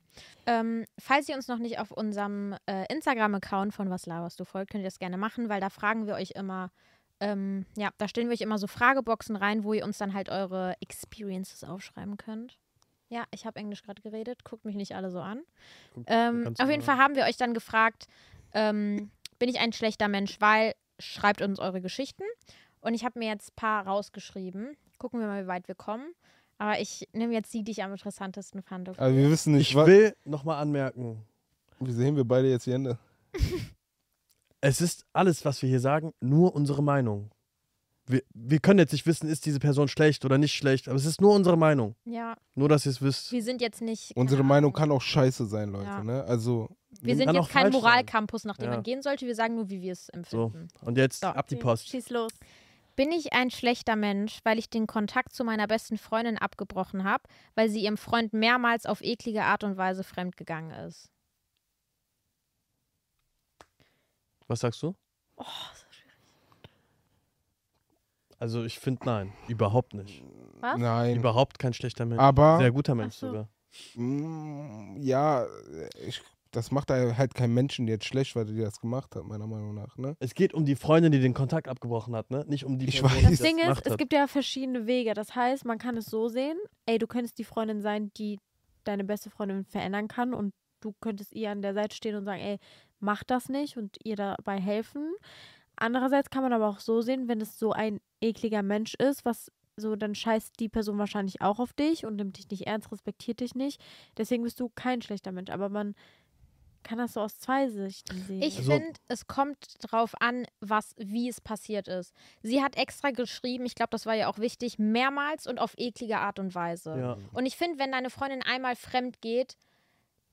[SPEAKER 3] Ähm, falls ihr uns noch nicht auf unserem äh, Instagram-Account von Was laberst du folgt, könnt ihr das gerne machen, weil da fragen wir euch immer, ähm, ja, da stellen wir euch immer so Frageboxen rein, wo ihr uns dann halt eure Experiences aufschreiben könnt. Ja, ich habe Englisch gerade geredet, guckt mich nicht alle so an. Ähm,
[SPEAKER 4] ganz
[SPEAKER 3] auf jeden
[SPEAKER 4] normal.
[SPEAKER 3] Fall haben wir euch dann gefragt, ähm, bin ich ein schlechter Mensch, weil schreibt uns eure Geschichten. Und ich habe mir jetzt ein paar rausgeschrieben. Gucken wir mal, wie weit wir kommen. Aber ich nehme jetzt die, die ich am interessantesten fand. Okay?
[SPEAKER 2] aber Also wir wissen nicht,
[SPEAKER 4] Ich
[SPEAKER 2] wa-
[SPEAKER 4] will nochmal anmerken,
[SPEAKER 2] Wie sehen wir beide jetzt die Hände?
[SPEAKER 4] es ist alles, was wir hier sagen, nur unsere Meinung. Wir, wir können jetzt nicht wissen, ist diese Person schlecht oder nicht schlecht, aber es ist nur unsere Meinung.
[SPEAKER 3] Ja,
[SPEAKER 4] Nur, dass ihr es wisst.
[SPEAKER 3] wir sind jetzt nicht.
[SPEAKER 2] Unsere
[SPEAKER 3] keine
[SPEAKER 2] Meinung
[SPEAKER 3] Ahnung.
[SPEAKER 2] kann auch scheiße sein, Leute.
[SPEAKER 3] Ja.
[SPEAKER 2] Ne? Also,
[SPEAKER 3] Wir sind
[SPEAKER 4] kann
[SPEAKER 3] jetzt
[SPEAKER 4] auch
[SPEAKER 3] kein
[SPEAKER 4] falsch sein.
[SPEAKER 3] Moralcampus, nach dem
[SPEAKER 4] Ja.
[SPEAKER 3] man gehen sollte. Wir sagen nur, wie wir es
[SPEAKER 4] So,
[SPEAKER 3] empfinden.
[SPEAKER 4] und jetzt
[SPEAKER 3] So.
[SPEAKER 4] ab die Post.
[SPEAKER 1] Schieß los.
[SPEAKER 3] Bin ich ein schlechter Mensch, weil ich den Kontakt zu meiner besten Freundin abgebrochen habe, weil sie ihrem Freund mehrmals auf eklige Art und Weise fremdgegangen ist?
[SPEAKER 4] Was sagst du?
[SPEAKER 1] Oh, so schwierig.
[SPEAKER 4] Also ich finde nein, überhaupt nicht.
[SPEAKER 1] Was?
[SPEAKER 2] nein.
[SPEAKER 4] Überhaupt kein schlechter Mensch.
[SPEAKER 2] Aber,
[SPEAKER 4] Sehr guter Mensch
[SPEAKER 1] Ach so.
[SPEAKER 4] sogar.
[SPEAKER 2] mh, ja, ich, das macht halt kein Menschen jetzt schlecht, weil die das gemacht hat, meiner Meinung nach. Ne?
[SPEAKER 4] Es geht um die Freundin, die den Kontakt abgebrochen hat, ne? Nicht um die
[SPEAKER 2] Ich
[SPEAKER 4] Person,
[SPEAKER 2] weiß.
[SPEAKER 4] die
[SPEAKER 1] Das Ding ist,
[SPEAKER 4] gemacht
[SPEAKER 1] es
[SPEAKER 4] hat.
[SPEAKER 1] gibt ja verschiedene Wege. Das heißt, man kann es so sehen, ey, du könntest die Freundin sein, die deine beste Freundin verändern kann und du könntest ihr an der Seite stehen und sagen, ey, mach das nicht und ihr dabei helfen. Andererseits kann man aber auch so sehen, wenn es so ein ekliger Mensch ist, was so, dann scheißt die Person wahrscheinlich auch auf dich und nimmt dich nicht ernst, respektiert dich nicht. Deswegen bist du kein schlechter Mensch. Aber man kann das so aus zwei Sichten sehen.
[SPEAKER 3] Ich
[SPEAKER 4] Also-
[SPEAKER 3] finde, es kommt drauf an, was, wie es passiert ist. Sie hat extra geschrieben, ich glaube, das war ja auch wichtig, mehrmals und auf eklige Art und Weise.
[SPEAKER 4] ja.
[SPEAKER 3] Und ich finde, wenn deine Freundin einmal fremd geht,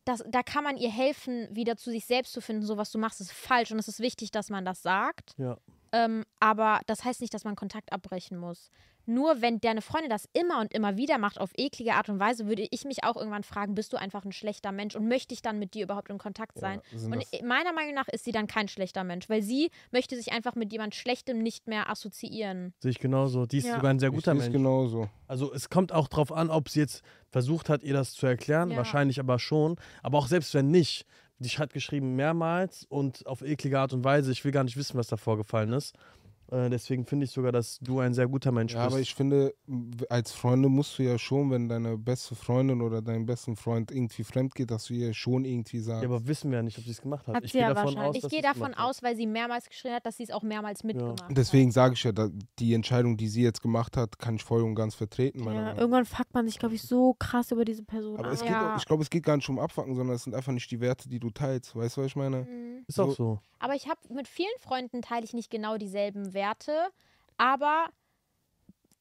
[SPEAKER 3] das, da kann man ihr helfen, wieder zu sich selbst zu finden. So was du machst, ist falsch und es ist wichtig, dass man das sagt.
[SPEAKER 4] Ja.
[SPEAKER 3] Ähm, aber das heißt nicht, dass man Kontakt abbrechen muss. Nur wenn deine Freundin das immer und immer wieder macht, auf eklige Art und Weise, würde ich mich auch irgendwann fragen, bist du einfach ein schlechter Mensch und möchte ich dann mit dir überhaupt in Kontakt sein?
[SPEAKER 2] Ja, sind
[SPEAKER 3] Und
[SPEAKER 2] das,
[SPEAKER 3] meiner Meinung nach ist sie dann kein schlechter Mensch, weil sie möchte sich einfach mit jemand Schlechtem nicht mehr assoziieren.
[SPEAKER 4] Sehe ich genauso. Die ist
[SPEAKER 1] Ja.
[SPEAKER 4] sogar ein sehr
[SPEAKER 2] ich
[SPEAKER 4] guter
[SPEAKER 2] seh's
[SPEAKER 4] Mensch.
[SPEAKER 2] genauso.
[SPEAKER 4] Also es kommt auch drauf an, ob sie jetzt versucht hat, ihr das zu erklären.
[SPEAKER 1] Ja.
[SPEAKER 4] Wahrscheinlich aber schon. Aber auch selbst wenn nicht. Dich hat geschrieben mehrmals und auf eklige Art und Weise. Ich will gar nicht wissen, was da vorgefallen ist. Äh, deswegen finde ich sogar, dass du ein sehr guter Mensch
[SPEAKER 2] Ja,
[SPEAKER 4] bist.
[SPEAKER 2] aber ich finde, w- als Freunde musst du ja schon, wenn deine beste Freundin oder dein besten Freund irgendwie fremd geht, dass du ihr schon irgendwie sagst.
[SPEAKER 4] ja, aber wissen wir ja nicht, ob sie es gemacht hat.
[SPEAKER 1] Hat
[SPEAKER 4] ich
[SPEAKER 1] sie
[SPEAKER 4] gehe
[SPEAKER 1] ja
[SPEAKER 4] davon
[SPEAKER 1] wahrscheinlich.
[SPEAKER 4] aus,
[SPEAKER 3] Ich
[SPEAKER 4] dass
[SPEAKER 3] gehe
[SPEAKER 4] sie es
[SPEAKER 3] davon
[SPEAKER 4] gemacht hat.
[SPEAKER 3] aus, weil sie mehrmals geschrien hat, dass sie es auch mehrmals mitgemacht hat.
[SPEAKER 2] Deswegen sage ich ja, da, die Entscheidung, die sie jetzt gemacht hat, kann ich voll und ganz vertreten. meiner
[SPEAKER 1] Ja,
[SPEAKER 2] Meinung nach.
[SPEAKER 1] irgendwann fuckt man sich, glaube ich, so krass über diese Person.
[SPEAKER 2] Aber
[SPEAKER 1] ab.
[SPEAKER 2] es geht
[SPEAKER 1] ja.
[SPEAKER 2] auch, ich glaube, es geht gar nicht um Abfacken, sondern es sind einfach nicht die Werte, die du teilst. Weißt du, was ich meine?
[SPEAKER 3] Mhm.
[SPEAKER 4] Ist auch so.
[SPEAKER 3] Aber ich habe mit vielen Freunden teile ich nicht genau dieselben Werte, aber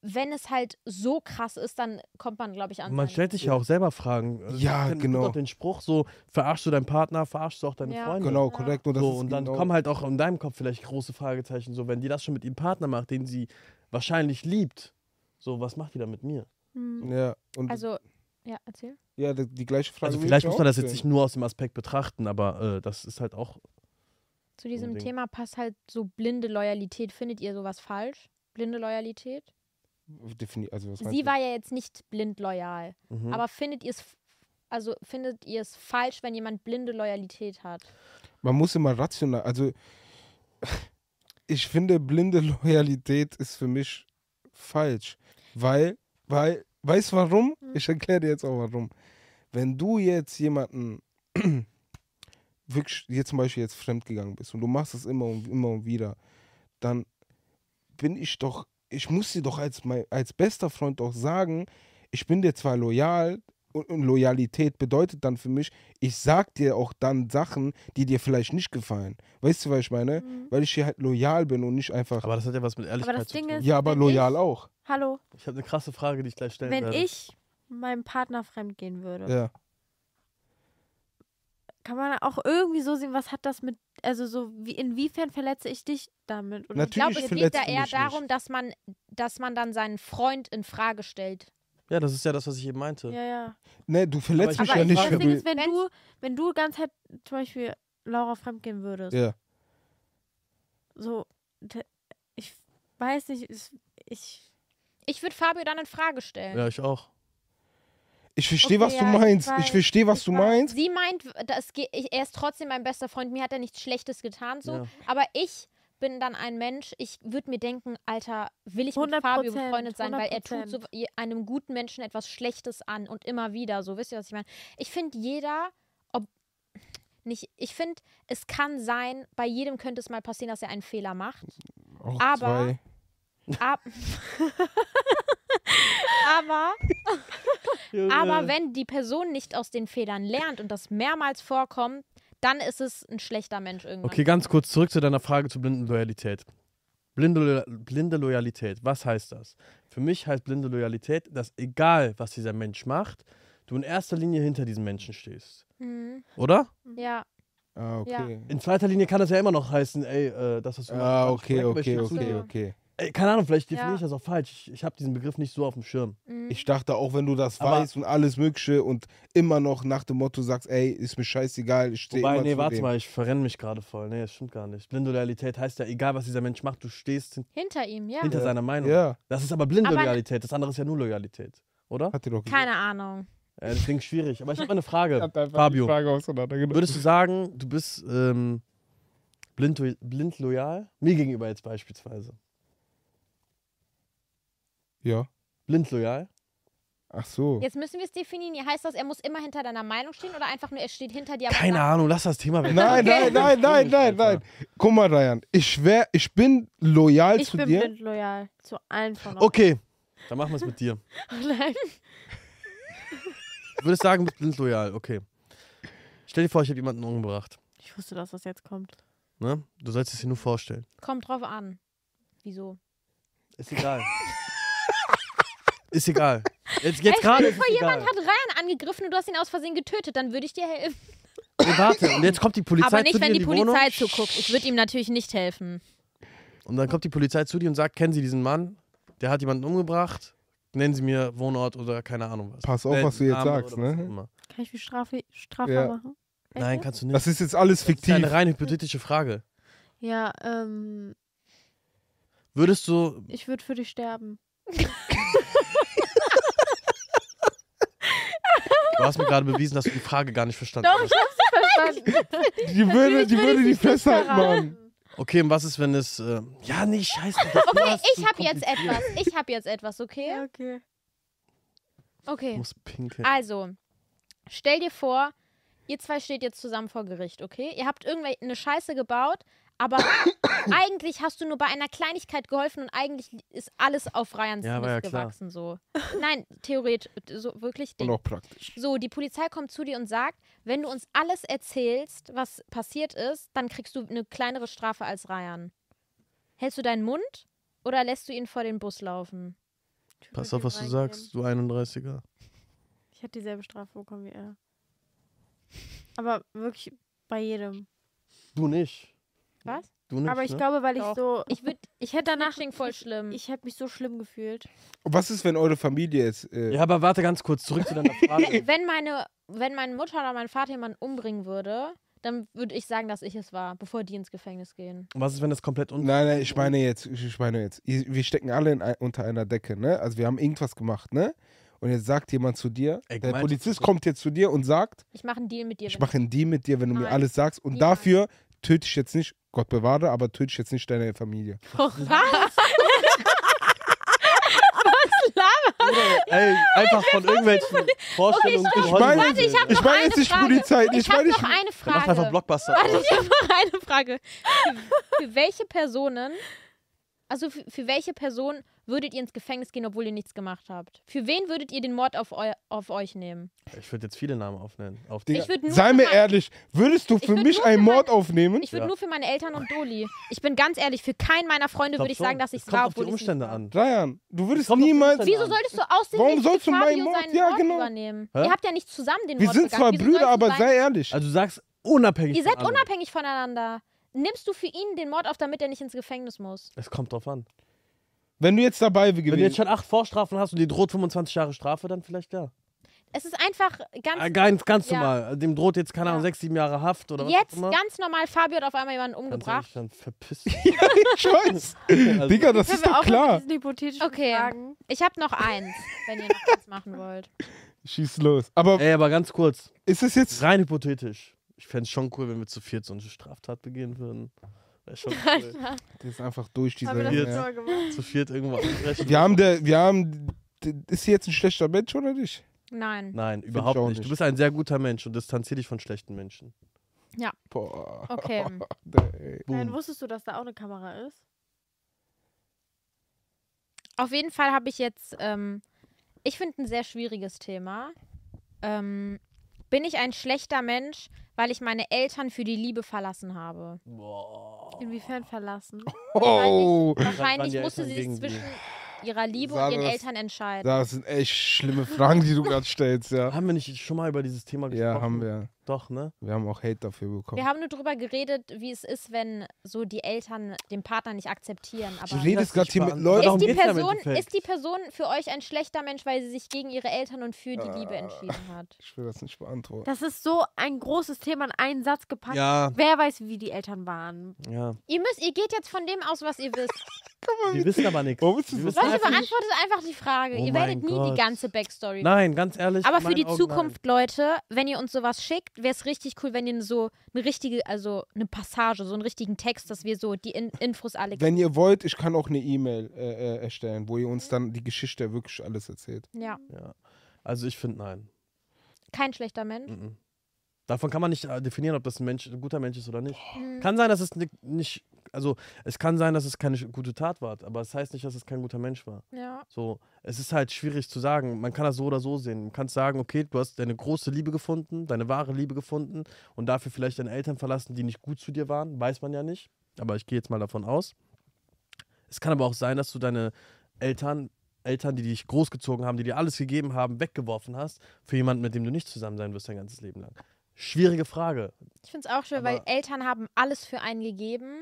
[SPEAKER 3] wenn es halt so krass ist, dann kommt man, glaube ich, an.
[SPEAKER 4] Und man
[SPEAKER 3] seine
[SPEAKER 4] stellt sich ja auch selber Fragen. Also
[SPEAKER 2] Ja,
[SPEAKER 4] ich kenn-
[SPEAKER 2] genau.
[SPEAKER 4] Doch den Spruch so, verarschst du deinen Partner, verarschst du auch deine
[SPEAKER 1] Ja.
[SPEAKER 4] Freunde.
[SPEAKER 2] Genau,
[SPEAKER 3] Ja.
[SPEAKER 2] korrekt. Und, das
[SPEAKER 4] So,
[SPEAKER 2] ist
[SPEAKER 4] und dann
[SPEAKER 2] genau,
[SPEAKER 4] kommen halt auch in deinem Kopf vielleicht große Fragezeichen, so wenn die das schon mit ihrem Partner macht, den sie wahrscheinlich liebt, so was macht die da mit mir?
[SPEAKER 1] Hm.
[SPEAKER 2] Ja, und
[SPEAKER 3] Also, ja, erzähl.
[SPEAKER 2] ja, die, die gleiche Frage.
[SPEAKER 4] Also
[SPEAKER 2] würde ich
[SPEAKER 4] vielleicht
[SPEAKER 2] mir
[SPEAKER 4] muss man
[SPEAKER 2] auch
[SPEAKER 4] das jetzt nicht
[SPEAKER 2] stellen.
[SPEAKER 4] nur aus dem Aspekt betrachten, aber äh, das ist halt auch.
[SPEAKER 3] Zu diesem
[SPEAKER 4] Unbedingt.
[SPEAKER 3] Thema passt halt so blinde Loyalität. Findet ihr sowas falsch? Blinde Loyalität?
[SPEAKER 2] Defini also, was meinst
[SPEAKER 3] Sie
[SPEAKER 2] du?
[SPEAKER 3] war ja jetzt nicht blind loyal.
[SPEAKER 4] Mhm.
[SPEAKER 3] Aber findet ihr es also findet ihr es falsch, wenn jemand blinde Loyalität hat?
[SPEAKER 2] Man muss immer rational. Also, *laughs* ich finde, blinde Loyalität ist für mich falsch. Weil, weil, weißt du warum? Ich erkläre dir jetzt auch warum. Wenn du jetzt jemanden *clears throat* wirklich, jetzt zum Beispiel jetzt fremdgegangen bist und du machst es immer und immer und wieder, dann bin ich doch, ich muss dir doch als, mein, als bester Freund doch sagen, ich bin dir zwar loyal und, und Loyalität bedeutet dann für mich, ich sag dir auch dann Sachen, die dir vielleicht nicht gefallen. Weißt du, was ich meine? Weil ich dir halt loyal bin und nicht einfach.
[SPEAKER 4] Aber das hat ja was mit Ehrlichkeit
[SPEAKER 1] das
[SPEAKER 4] zu
[SPEAKER 1] Ding
[SPEAKER 4] tun.
[SPEAKER 1] ist-
[SPEAKER 2] ja, aber
[SPEAKER 1] wenn
[SPEAKER 2] loyal
[SPEAKER 1] ich-
[SPEAKER 2] auch.
[SPEAKER 1] Hallo,
[SPEAKER 4] ich habe eine krasse Frage, die ich gleich stellen
[SPEAKER 1] wenn
[SPEAKER 4] werde.
[SPEAKER 1] ich meinem Partner fremd gehen würde,
[SPEAKER 2] Ja.
[SPEAKER 1] kann man auch irgendwie so sehen, was hat das mit, also so, wie, inwiefern verletze ich dich damit? Und
[SPEAKER 3] Ich glaube,
[SPEAKER 2] Natürlich
[SPEAKER 3] es geht da
[SPEAKER 2] verletzt du
[SPEAKER 3] eher
[SPEAKER 2] mich nicht.
[SPEAKER 3] darum, dass man, dass man dann seinen Freund in Frage stellt.
[SPEAKER 4] ja, das ist ja das, was ich eben meinte.
[SPEAKER 1] ja, ja.
[SPEAKER 2] Ne, du verletzt
[SPEAKER 4] Aber
[SPEAKER 2] mich
[SPEAKER 1] Aber
[SPEAKER 2] ja
[SPEAKER 1] ich,
[SPEAKER 2] nicht.
[SPEAKER 1] das
[SPEAKER 4] wenn
[SPEAKER 1] Ding
[SPEAKER 2] wenn
[SPEAKER 1] ist,
[SPEAKER 2] du-
[SPEAKER 1] wenn
[SPEAKER 3] Wenn's-
[SPEAKER 1] du, wenn du ganz halt zum Beispiel Laura fremd gehen würdest,
[SPEAKER 2] Ja.
[SPEAKER 1] so, d- ich weiß nicht, ich, ich
[SPEAKER 3] Ich würde Fabio dann in Frage stellen.
[SPEAKER 4] Ja, ich auch.
[SPEAKER 2] Ich verstehe,
[SPEAKER 1] Okay,
[SPEAKER 2] was du
[SPEAKER 1] ja, ich
[SPEAKER 2] meinst. Ich
[SPEAKER 1] weiß,
[SPEAKER 2] verstehe, was
[SPEAKER 1] ich
[SPEAKER 2] du
[SPEAKER 1] weiß.
[SPEAKER 2] meinst.
[SPEAKER 3] Sie meint, das ge- ich, er ist trotzdem mein bester Freund, mir hat er nichts Schlechtes getan, so.
[SPEAKER 4] Ja.
[SPEAKER 3] Aber ich bin dann ein Mensch, ich würde mir denken, Alter, will ich mit
[SPEAKER 1] 100%,
[SPEAKER 3] Fabio befreundet sein, weil er
[SPEAKER 1] 100%.
[SPEAKER 3] tut so je- einem guten Menschen etwas Schlechtes an und immer wieder, so, wisst ihr, was ich meine? Ich finde, jeder, ob nicht, ich finde, es kann sein, bei jedem könnte es mal passieren, dass er einen Fehler macht.
[SPEAKER 2] Auch
[SPEAKER 3] Aber-
[SPEAKER 2] zwei.
[SPEAKER 3] Ab *laughs* aber,
[SPEAKER 4] Äh.
[SPEAKER 3] aber wenn die Person nicht aus den Fehlern lernt und das mehrmals vorkommt, dann ist es ein schlechter Mensch irgendwann.
[SPEAKER 4] Okay, ganz kurz zurück zu deiner Frage zur blinden Loyalität. Blinde, Lo- blinde Loyalität, was heißt das? Für mich heißt blinde Loyalität, dass egal, was dieser Mensch macht, du in erster Linie hinter diesem Menschen stehst.
[SPEAKER 3] Mhm.
[SPEAKER 4] Oder?
[SPEAKER 3] Ja.
[SPEAKER 2] Ah, okay.
[SPEAKER 4] In zweiter Linie kann das ja immer noch heißen, ey, äh, das, was du machst,
[SPEAKER 2] Ah,
[SPEAKER 4] war
[SPEAKER 2] okay,
[SPEAKER 4] korrekt, aber ich
[SPEAKER 2] okay,
[SPEAKER 4] gebe zu,
[SPEAKER 2] okay,
[SPEAKER 1] so.
[SPEAKER 2] okay.
[SPEAKER 4] Ey, keine Ahnung, vielleicht definiere
[SPEAKER 1] Ja.
[SPEAKER 4] ich das auch falsch. Ich, ich habe diesen Begriff nicht so auf dem Schirm.
[SPEAKER 2] Ich dachte, auch wenn du das
[SPEAKER 4] Aber-
[SPEAKER 2] weißt und alles Mögliche und immer noch nach dem Motto sagst, ey, ist mir scheißegal, ich stehe
[SPEAKER 4] Wobei,
[SPEAKER 2] immer
[SPEAKER 4] nee,
[SPEAKER 2] zu
[SPEAKER 4] warte
[SPEAKER 2] dem.
[SPEAKER 4] mal, ich verrenne mich gerade voll. Nee, das stimmt gar nicht. Blinde Loyalität heißt ja, egal, was dieser Mensch macht, du stehst hin,
[SPEAKER 3] Hinter ihm, ja.
[SPEAKER 4] hinter seiner Meinung.
[SPEAKER 2] Ja,
[SPEAKER 4] Das ist aber blinde
[SPEAKER 3] Aber-
[SPEAKER 4] Loyalität, das andere ist ja nur Loyalität. Oder?
[SPEAKER 2] hat dir doch gesagt.
[SPEAKER 3] Keine Ahnung.
[SPEAKER 4] Ja, deswegen Äh, schwierig. Aber ich habe eine Frage. genau.
[SPEAKER 2] Hat einfach
[SPEAKER 4] Äh, Fabio.
[SPEAKER 2] die Frage auseinandergenommen.
[SPEAKER 4] Würdest du sagen, du bist ähm, blind, blind loyal? Mir gegenüber jetzt beispielsweise.
[SPEAKER 2] Ja.
[SPEAKER 4] Blind loyal?
[SPEAKER 2] Ach so.
[SPEAKER 3] Jetzt müssen wir es definieren. Heißt das, er muss immer hinter deiner Meinung stehen oder einfach nur, er steht hinter dir? aber
[SPEAKER 4] Keine
[SPEAKER 3] sagt-
[SPEAKER 4] Ahnung, lass das Thema weg.
[SPEAKER 2] Nein, nein, nein, nein, nein, nein. Guck mal, Ryan, ich, wär, ich bin loyal
[SPEAKER 1] ich
[SPEAKER 2] zu
[SPEAKER 1] bin
[SPEAKER 2] dir.
[SPEAKER 1] blind loyal zu allen von uns.
[SPEAKER 4] Okay, dann machen wir es mit dir.
[SPEAKER 1] *laughs* Nein.
[SPEAKER 4] Du würdest sagen, du bist blind loyal, okay. Stell dir vor, ich habe jemanden umgebracht.
[SPEAKER 1] Ich wusste, dass das jetzt kommt.
[SPEAKER 4] Ne? Du sollst es dir nur vorstellen.
[SPEAKER 3] Kommt drauf an. Wieso?
[SPEAKER 4] Ist egal.
[SPEAKER 3] *laughs*
[SPEAKER 4] ist egal. Jetzt, jetzt gerade ist es egal.
[SPEAKER 3] Jemand hat Ryan angegriffen und du hast ihn aus Versehen getötet, dann würde ich dir helfen.
[SPEAKER 4] Nee, warte, und jetzt kommt die Polizei
[SPEAKER 3] aber
[SPEAKER 4] zu
[SPEAKER 3] nicht,
[SPEAKER 4] dir
[SPEAKER 3] wenn
[SPEAKER 4] in
[SPEAKER 3] die,
[SPEAKER 4] die Wohnung.
[SPEAKER 3] Polizei zuguckt. Ich würde ihm natürlich nicht helfen.
[SPEAKER 4] Und dann kommt die Polizei zu dir und sagt, kennen Sie diesen Mann? der hat jemanden umgebracht, nennen Sie mir Wohnort oder keine Ahnung was.
[SPEAKER 2] Pass auf,
[SPEAKER 4] Äh,
[SPEAKER 2] was du jetzt
[SPEAKER 4] Name oder
[SPEAKER 2] sagst,
[SPEAKER 4] was
[SPEAKER 2] ne?
[SPEAKER 4] auch immer.
[SPEAKER 1] Kann ich wie Strafe, strafbar
[SPEAKER 2] Ja.
[SPEAKER 1] machen? Echt
[SPEAKER 4] Nein,
[SPEAKER 1] jetzt?
[SPEAKER 4] kannst du nicht.
[SPEAKER 2] Das ist jetzt alles
[SPEAKER 4] das ist eine
[SPEAKER 2] fiktiv.
[SPEAKER 4] rein hypothetische Frage.
[SPEAKER 1] Ja, ähm,
[SPEAKER 4] Würdest du,
[SPEAKER 1] ich würde für dich sterben.
[SPEAKER 4] du hast mir gerade bewiesen, dass du die Frage gar nicht verstanden
[SPEAKER 1] Doch, ich
[SPEAKER 4] hast.
[SPEAKER 1] hab's verstanden.
[SPEAKER 2] *laughs* Die würde die, würde die festhalten, Mann.
[SPEAKER 4] Okay, und was ist, wenn es, äh, ja, nee, scheiße. das
[SPEAKER 3] *laughs* Okay,
[SPEAKER 4] war's, zu
[SPEAKER 3] ich habe jetzt
[SPEAKER 4] kompliziert.
[SPEAKER 3] etwas. Ich habe jetzt etwas, okay?
[SPEAKER 1] Ja, okay.
[SPEAKER 4] Ich
[SPEAKER 3] Okay.
[SPEAKER 4] muss pinkeln.
[SPEAKER 3] Also, stell dir vor, ihr zwei steht jetzt zusammen vor Gericht, okay? Ihr habt irgendeine Scheiße gebaut,
[SPEAKER 4] *coughs*
[SPEAKER 3] aber eigentlich hast du nur bei einer Kleinigkeit geholfen und eigentlich ist alles auf Ryans
[SPEAKER 4] Ja, war ja
[SPEAKER 3] Mist
[SPEAKER 4] klar.
[SPEAKER 3] gewachsen so. Nein, theoretisch, so wirklich
[SPEAKER 2] Und
[SPEAKER 3] Ding.
[SPEAKER 2] auch praktisch.
[SPEAKER 3] So, die Polizei kommt zu dir und sagt, wenn du uns alles erzählst, was passiert ist, dann kriegst du eine kleinere Strafe als Ryan. Hältst du deinen Mund oder lässt du ihn vor den Bus laufen?
[SPEAKER 1] Ich würd
[SPEAKER 4] Pass auf,
[SPEAKER 1] ihm
[SPEAKER 4] was du
[SPEAKER 1] reingehen.
[SPEAKER 4] sagst, du 31er.
[SPEAKER 1] Ich hätte dieselbe Strafe bekommen wie er. Aber wirklich bei jedem.
[SPEAKER 4] Du nicht.
[SPEAKER 3] Was?
[SPEAKER 4] Du nicht,
[SPEAKER 1] Aber ich
[SPEAKER 4] ne?
[SPEAKER 1] glaube, weil ich
[SPEAKER 3] Doch.
[SPEAKER 1] so.
[SPEAKER 3] Ich würde
[SPEAKER 1] Ich hätte danach.
[SPEAKER 3] Snitching voll schlimm.
[SPEAKER 1] Ich hätte mich so schlimm
[SPEAKER 4] *laughs*
[SPEAKER 1] gefühlt.
[SPEAKER 2] Was ist, wenn eure Familie jetzt. Äh,
[SPEAKER 4] Ja, aber warte ganz kurz, zurück zu deiner
[SPEAKER 3] *laughs*
[SPEAKER 4] *laughs* Frage.
[SPEAKER 3] wenn meine, wenn meine Mutter oder mein Vater jemanden umbringen würde, dann würde ich sagen, dass ich es war, bevor die ins Gefängnis gehen.
[SPEAKER 4] Und was ist, wenn das komplett un...
[SPEAKER 2] Nein, nein, ich meine jetzt, ich ich meine jetzt. ihr- Wir stecken alle in, ein- unter einer Decke, ne? Also wir haben irgendwas gemacht, ne? Und jetzt sagt jemand zu dir,
[SPEAKER 4] Ey,
[SPEAKER 2] der
[SPEAKER 4] gemeint-
[SPEAKER 2] Polizist kommt jetzt zu dir und sagt,
[SPEAKER 3] Ich mache einen Deal mit dir.
[SPEAKER 2] ich
[SPEAKER 3] wenn-
[SPEAKER 2] mache einen Deal mit dir, wenn du mir
[SPEAKER 3] Nein.
[SPEAKER 2] alles sagst. Und
[SPEAKER 3] Niemals.
[SPEAKER 2] dafür töte ich jetzt nicht, Gott bewahre, aber töte ich jetzt nicht deine Familie.
[SPEAKER 3] Was?
[SPEAKER 4] Ey,
[SPEAKER 3] *laughs*
[SPEAKER 4] einfach von irgendwelchen
[SPEAKER 3] Oh,
[SPEAKER 4] Vorstellungen.
[SPEAKER 3] Okay,
[SPEAKER 4] von
[SPEAKER 2] ich meine-
[SPEAKER 4] Hollywood-
[SPEAKER 3] *laughs* ich hab-
[SPEAKER 2] Ich meine jetzt
[SPEAKER 3] eine
[SPEAKER 2] nicht
[SPEAKER 3] Frage.
[SPEAKER 2] Polizei,
[SPEAKER 3] Ich
[SPEAKER 2] ich
[SPEAKER 3] habe
[SPEAKER 2] meine
[SPEAKER 3] noch
[SPEAKER 2] nicht.
[SPEAKER 3] eine
[SPEAKER 4] Dann mach einfach
[SPEAKER 3] Frage.
[SPEAKER 4] Blockbuster.
[SPEAKER 3] Warte,
[SPEAKER 4] aus.
[SPEAKER 3] *laughs* ich habe noch eine Frage. Für, für welche Personen, also für, für welche Person würdet ihr ins Gefängnis gehen, obwohl ihr nichts gemacht habt? Für wen würdet ihr den Mord auf, eu auf euch nehmen?
[SPEAKER 4] Ich würde jetzt viele Namen aufnennen. Auf
[SPEAKER 2] Digga,
[SPEAKER 3] Ich würd nur
[SPEAKER 2] sei
[SPEAKER 3] für
[SPEAKER 2] mir
[SPEAKER 3] mein-
[SPEAKER 2] ehrlich, würdest du für
[SPEAKER 3] würd
[SPEAKER 2] mich
[SPEAKER 3] nur für
[SPEAKER 2] einen
[SPEAKER 3] mein-
[SPEAKER 2] Mord aufnehmen?
[SPEAKER 3] Ich würde
[SPEAKER 4] Ja.
[SPEAKER 3] nur für meine Eltern und Doli. Ich bin ganz ehrlich, für keinen meiner Freunde würde ich sagen, dass ich
[SPEAKER 4] es
[SPEAKER 3] es war,
[SPEAKER 4] kommt auf die
[SPEAKER 3] obwohl ich
[SPEAKER 4] Umstände an.
[SPEAKER 2] Ryan, du würdest
[SPEAKER 4] Kommt auf die
[SPEAKER 2] niemals.
[SPEAKER 4] Umstände
[SPEAKER 3] Wieso
[SPEAKER 4] an.
[SPEAKER 3] solltest du aussehen,
[SPEAKER 2] Warum sollst du meinen
[SPEAKER 3] Fabio
[SPEAKER 2] Mord-
[SPEAKER 3] seinen
[SPEAKER 2] Ja,
[SPEAKER 3] Mord
[SPEAKER 2] genau.
[SPEAKER 3] übernehmen?
[SPEAKER 4] Hä?
[SPEAKER 3] Ihr habt ja nicht zusammen den
[SPEAKER 2] Wir
[SPEAKER 3] Mord
[SPEAKER 2] sind
[SPEAKER 3] begangen.
[SPEAKER 2] zwar
[SPEAKER 3] Wieso
[SPEAKER 2] Brüder,
[SPEAKER 3] sollst du
[SPEAKER 2] aber
[SPEAKER 3] sein-
[SPEAKER 2] sei ehrlich.
[SPEAKER 4] Also du sagst unabhängig.
[SPEAKER 3] Ihr seid
[SPEAKER 4] von anderen.
[SPEAKER 3] unabhängig voneinander. Nimmst du für ihn den Mord auf, damit er nicht ins Gefängnis muss?
[SPEAKER 4] Es kommt drauf an.
[SPEAKER 2] Wenn du jetzt dabei gewesen
[SPEAKER 4] Wenn du jetzt schon acht Vorstrafen hast und dir droht 25 Jahre Strafe, dann vielleicht ja.
[SPEAKER 3] Es ist einfach
[SPEAKER 4] Äh,
[SPEAKER 3] ganz
[SPEAKER 4] Ganz, ganz
[SPEAKER 3] Ja.
[SPEAKER 4] normal. Dem droht jetzt, keine
[SPEAKER 3] Ja.
[SPEAKER 4] Ahnung, sechs, sieben Jahre Haft oder was
[SPEAKER 3] jetzt
[SPEAKER 4] auch immer.
[SPEAKER 3] ganz normal. Fabio hat auf einmal jemanden
[SPEAKER 4] Ganz ehrlich,
[SPEAKER 3] umgebracht.
[SPEAKER 4] Dann verpiss
[SPEAKER 2] *laughs* ich weiß.
[SPEAKER 4] Also
[SPEAKER 2] Digga, das
[SPEAKER 1] Können
[SPEAKER 2] ist
[SPEAKER 1] wir
[SPEAKER 2] doch
[SPEAKER 1] aufhören
[SPEAKER 2] klar.
[SPEAKER 1] Mit diesen hypothetischen
[SPEAKER 3] Okay.
[SPEAKER 1] Fragen?
[SPEAKER 3] Ich habe noch eins, wenn ihr
[SPEAKER 2] *laughs*
[SPEAKER 3] noch eins machen wollt.
[SPEAKER 2] Schieß los. Aber
[SPEAKER 4] *laughs* Ey, aber ganz kurz.
[SPEAKER 2] ist es jetzt
[SPEAKER 4] Rein hypothetisch. Ich fände es schon cool, wenn wir zu viert so eine Straftat begehen würden. Wär
[SPEAKER 3] *laughs*
[SPEAKER 4] schon cool.
[SPEAKER 2] Der ist einfach durch, dieser
[SPEAKER 1] Haben wir das
[SPEAKER 4] Jetzt.
[SPEAKER 1] jetzt
[SPEAKER 2] Junge.
[SPEAKER 1] mal gemacht?
[SPEAKER 4] zu viert *laughs* irgendwo anbrechen.
[SPEAKER 2] Wir haben der, wir haben. d- Ist sie jetzt ein schlechter Mensch oder nicht?
[SPEAKER 3] Nein.
[SPEAKER 4] Nein, überhaupt
[SPEAKER 2] ich auch
[SPEAKER 4] nicht. Du
[SPEAKER 2] nicht.
[SPEAKER 4] bist ein sehr guter Mensch und distanzier dich von schlechten Menschen.
[SPEAKER 2] Boah. *laughs*
[SPEAKER 3] Okay.
[SPEAKER 2] Ey.
[SPEAKER 1] Nein,
[SPEAKER 4] Boom.
[SPEAKER 1] wusstest du, dass da auch eine Kamera ist?
[SPEAKER 3] Auf jeden Fall habe ich jetzt, ähm, ich finde ein sehr schwieriges Thema. Ähm, bin ich ein schlechter Mensch, weil ich meine Eltern für die Liebe verlassen habe?
[SPEAKER 4] Boah.
[SPEAKER 1] Inwiefern
[SPEAKER 4] *laughs*
[SPEAKER 1] verlassen?
[SPEAKER 2] Oh.
[SPEAKER 4] waren
[SPEAKER 3] Wahrscheinlich
[SPEAKER 4] die
[SPEAKER 3] musste
[SPEAKER 4] Eltern
[SPEAKER 3] sie sich
[SPEAKER 4] gegen die?
[SPEAKER 3] zwischen ihrer Liebe und
[SPEAKER 2] Sarah,
[SPEAKER 3] ihren
[SPEAKER 2] das-
[SPEAKER 3] Eltern entscheiden.
[SPEAKER 2] Das sind echt schlimme Fragen, die du gerade stellst, ja.
[SPEAKER 4] Haben wir nicht schon mal über dieses Thema gesprochen?
[SPEAKER 2] Ja, haben wir.
[SPEAKER 4] Doch, ne?
[SPEAKER 2] Wir haben auch Hate dafür
[SPEAKER 3] Wir
[SPEAKER 2] bekommen.
[SPEAKER 3] haben nur darüber geredet, wie es ist, wenn so die Eltern den Partner nicht akzeptieren.
[SPEAKER 2] Du
[SPEAKER 3] Aber
[SPEAKER 2] redest
[SPEAKER 4] Das
[SPEAKER 2] gerade
[SPEAKER 4] ist
[SPEAKER 2] hier mit
[SPEAKER 4] spannend.
[SPEAKER 2] Leuten.
[SPEAKER 4] Darum
[SPEAKER 3] ist die,
[SPEAKER 4] geht's ja im
[SPEAKER 3] Person,
[SPEAKER 4] Endeffekt.
[SPEAKER 3] ist die Person für euch ein schlechter Mensch, weil sie sich gegen ihre Eltern und für die
[SPEAKER 4] Äh.
[SPEAKER 3] Liebe entschieden
[SPEAKER 4] *laughs*
[SPEAKER 3] hat?
[SPEAKER 2] Ich will das nicht beantworten.
[SPEAKER 1] Das ist so ein großes Thema in einen Satz gepackt.
[SPEAKER 4] Ja.
[SPEAKER 1] Wer weiß, wie die Eltern waren.
[SPEAKER 4] Ja.
[SPEAKER 3] Ihr müsst, ihr geht jetzt von dem aus, was ihr
[SPEAKER 4] *laughs*
[SPEAKER 3] wisst.
[SPEAKER 4] Wir wissen aber nichts.
[SPEAKER 2] Warum ist das
[SPEAKER 4] Wir
[SPEAKER 2] so
[SPEAKER 4] wissen
[SPEAKER 3] Leute,
[SPEAKER 4] einfach nicht-
[SPEAKER 3] beantwortet einfach die Frage.
[SPEAKER 4] Oh
[SPEAKER 3] ihr werdet
[SPEAKER 4] mein
[SPEAKER 3] nie die
[SPEAKER 4] Gott.
[SPEAKER 3] ganze Backstory.
[SPEAKER 4] Nein, ganz ehrlich.
[SPEAKER 3] Aber
[SPEAKER 4] in
[SPEAKER 3] für die
[SPEAKER 4] meinen Augen
[SPEAKER 3] Zukunft, Leute, wenn ihr uns sowas schickt, wäre es richtig cool, wenn ihr so eine richtige, also eine Passage, so einen richtigen Text, dass wir so die In Infos alle
[SPEAKER 2] Wenn ihr wollt, ich kann auch eine E-Mail äh, äh, erstellen, wo ihr uns dann die Geschichte wirklich alles erzählt.
[SPEAKER 3] Ja,
[SPEAKER 4] Nein. Also ich finde nein.
[SPEAKER 3] kein schlechter Mensch.
[SPEAKER 4] Mhm. Davon kann man nicht äh, definieren, ob das ein, Mensch, ein guter Mensch ist oder nicht.
[SPEAKER 3] Mhm.
[SPEAKER 4] Kann sein, dass es ni- nicht, also es kann sein, dass es keine sch- gute Tat war, aber es heißt nicht, dass es kein guter Mensch war.
[SPEAKER 3] Ja.
[SPEAKER 4] So, es ist halt schwierig zu sagen. Man kann das so oder so sehen. Man kann sagen, okay, du hast deine große Liebe gefunden, deine wahre Liebe gefunden und dafür vielleicht deine Eltern verlassen, die nicht gut zu dir waren. Weiß man ja nicht. Aber ich gehe jetzt mal davon aus. Es kann aber auch sein, dass du deine Eltern, Eltern, die dich großgezogen haben, die dir alles gegeben haben, weggeworfen hast, für jemanden, mit dem du nicht zusammen sein wirst dein ganzes Leben lang. Schwierige Frage.
[SPEAKER 3] Ich finde es auch schön, weil
[SPEAKER 4] Aber-
[SPEAKER 3] Eltern haben alles für einen gegeben,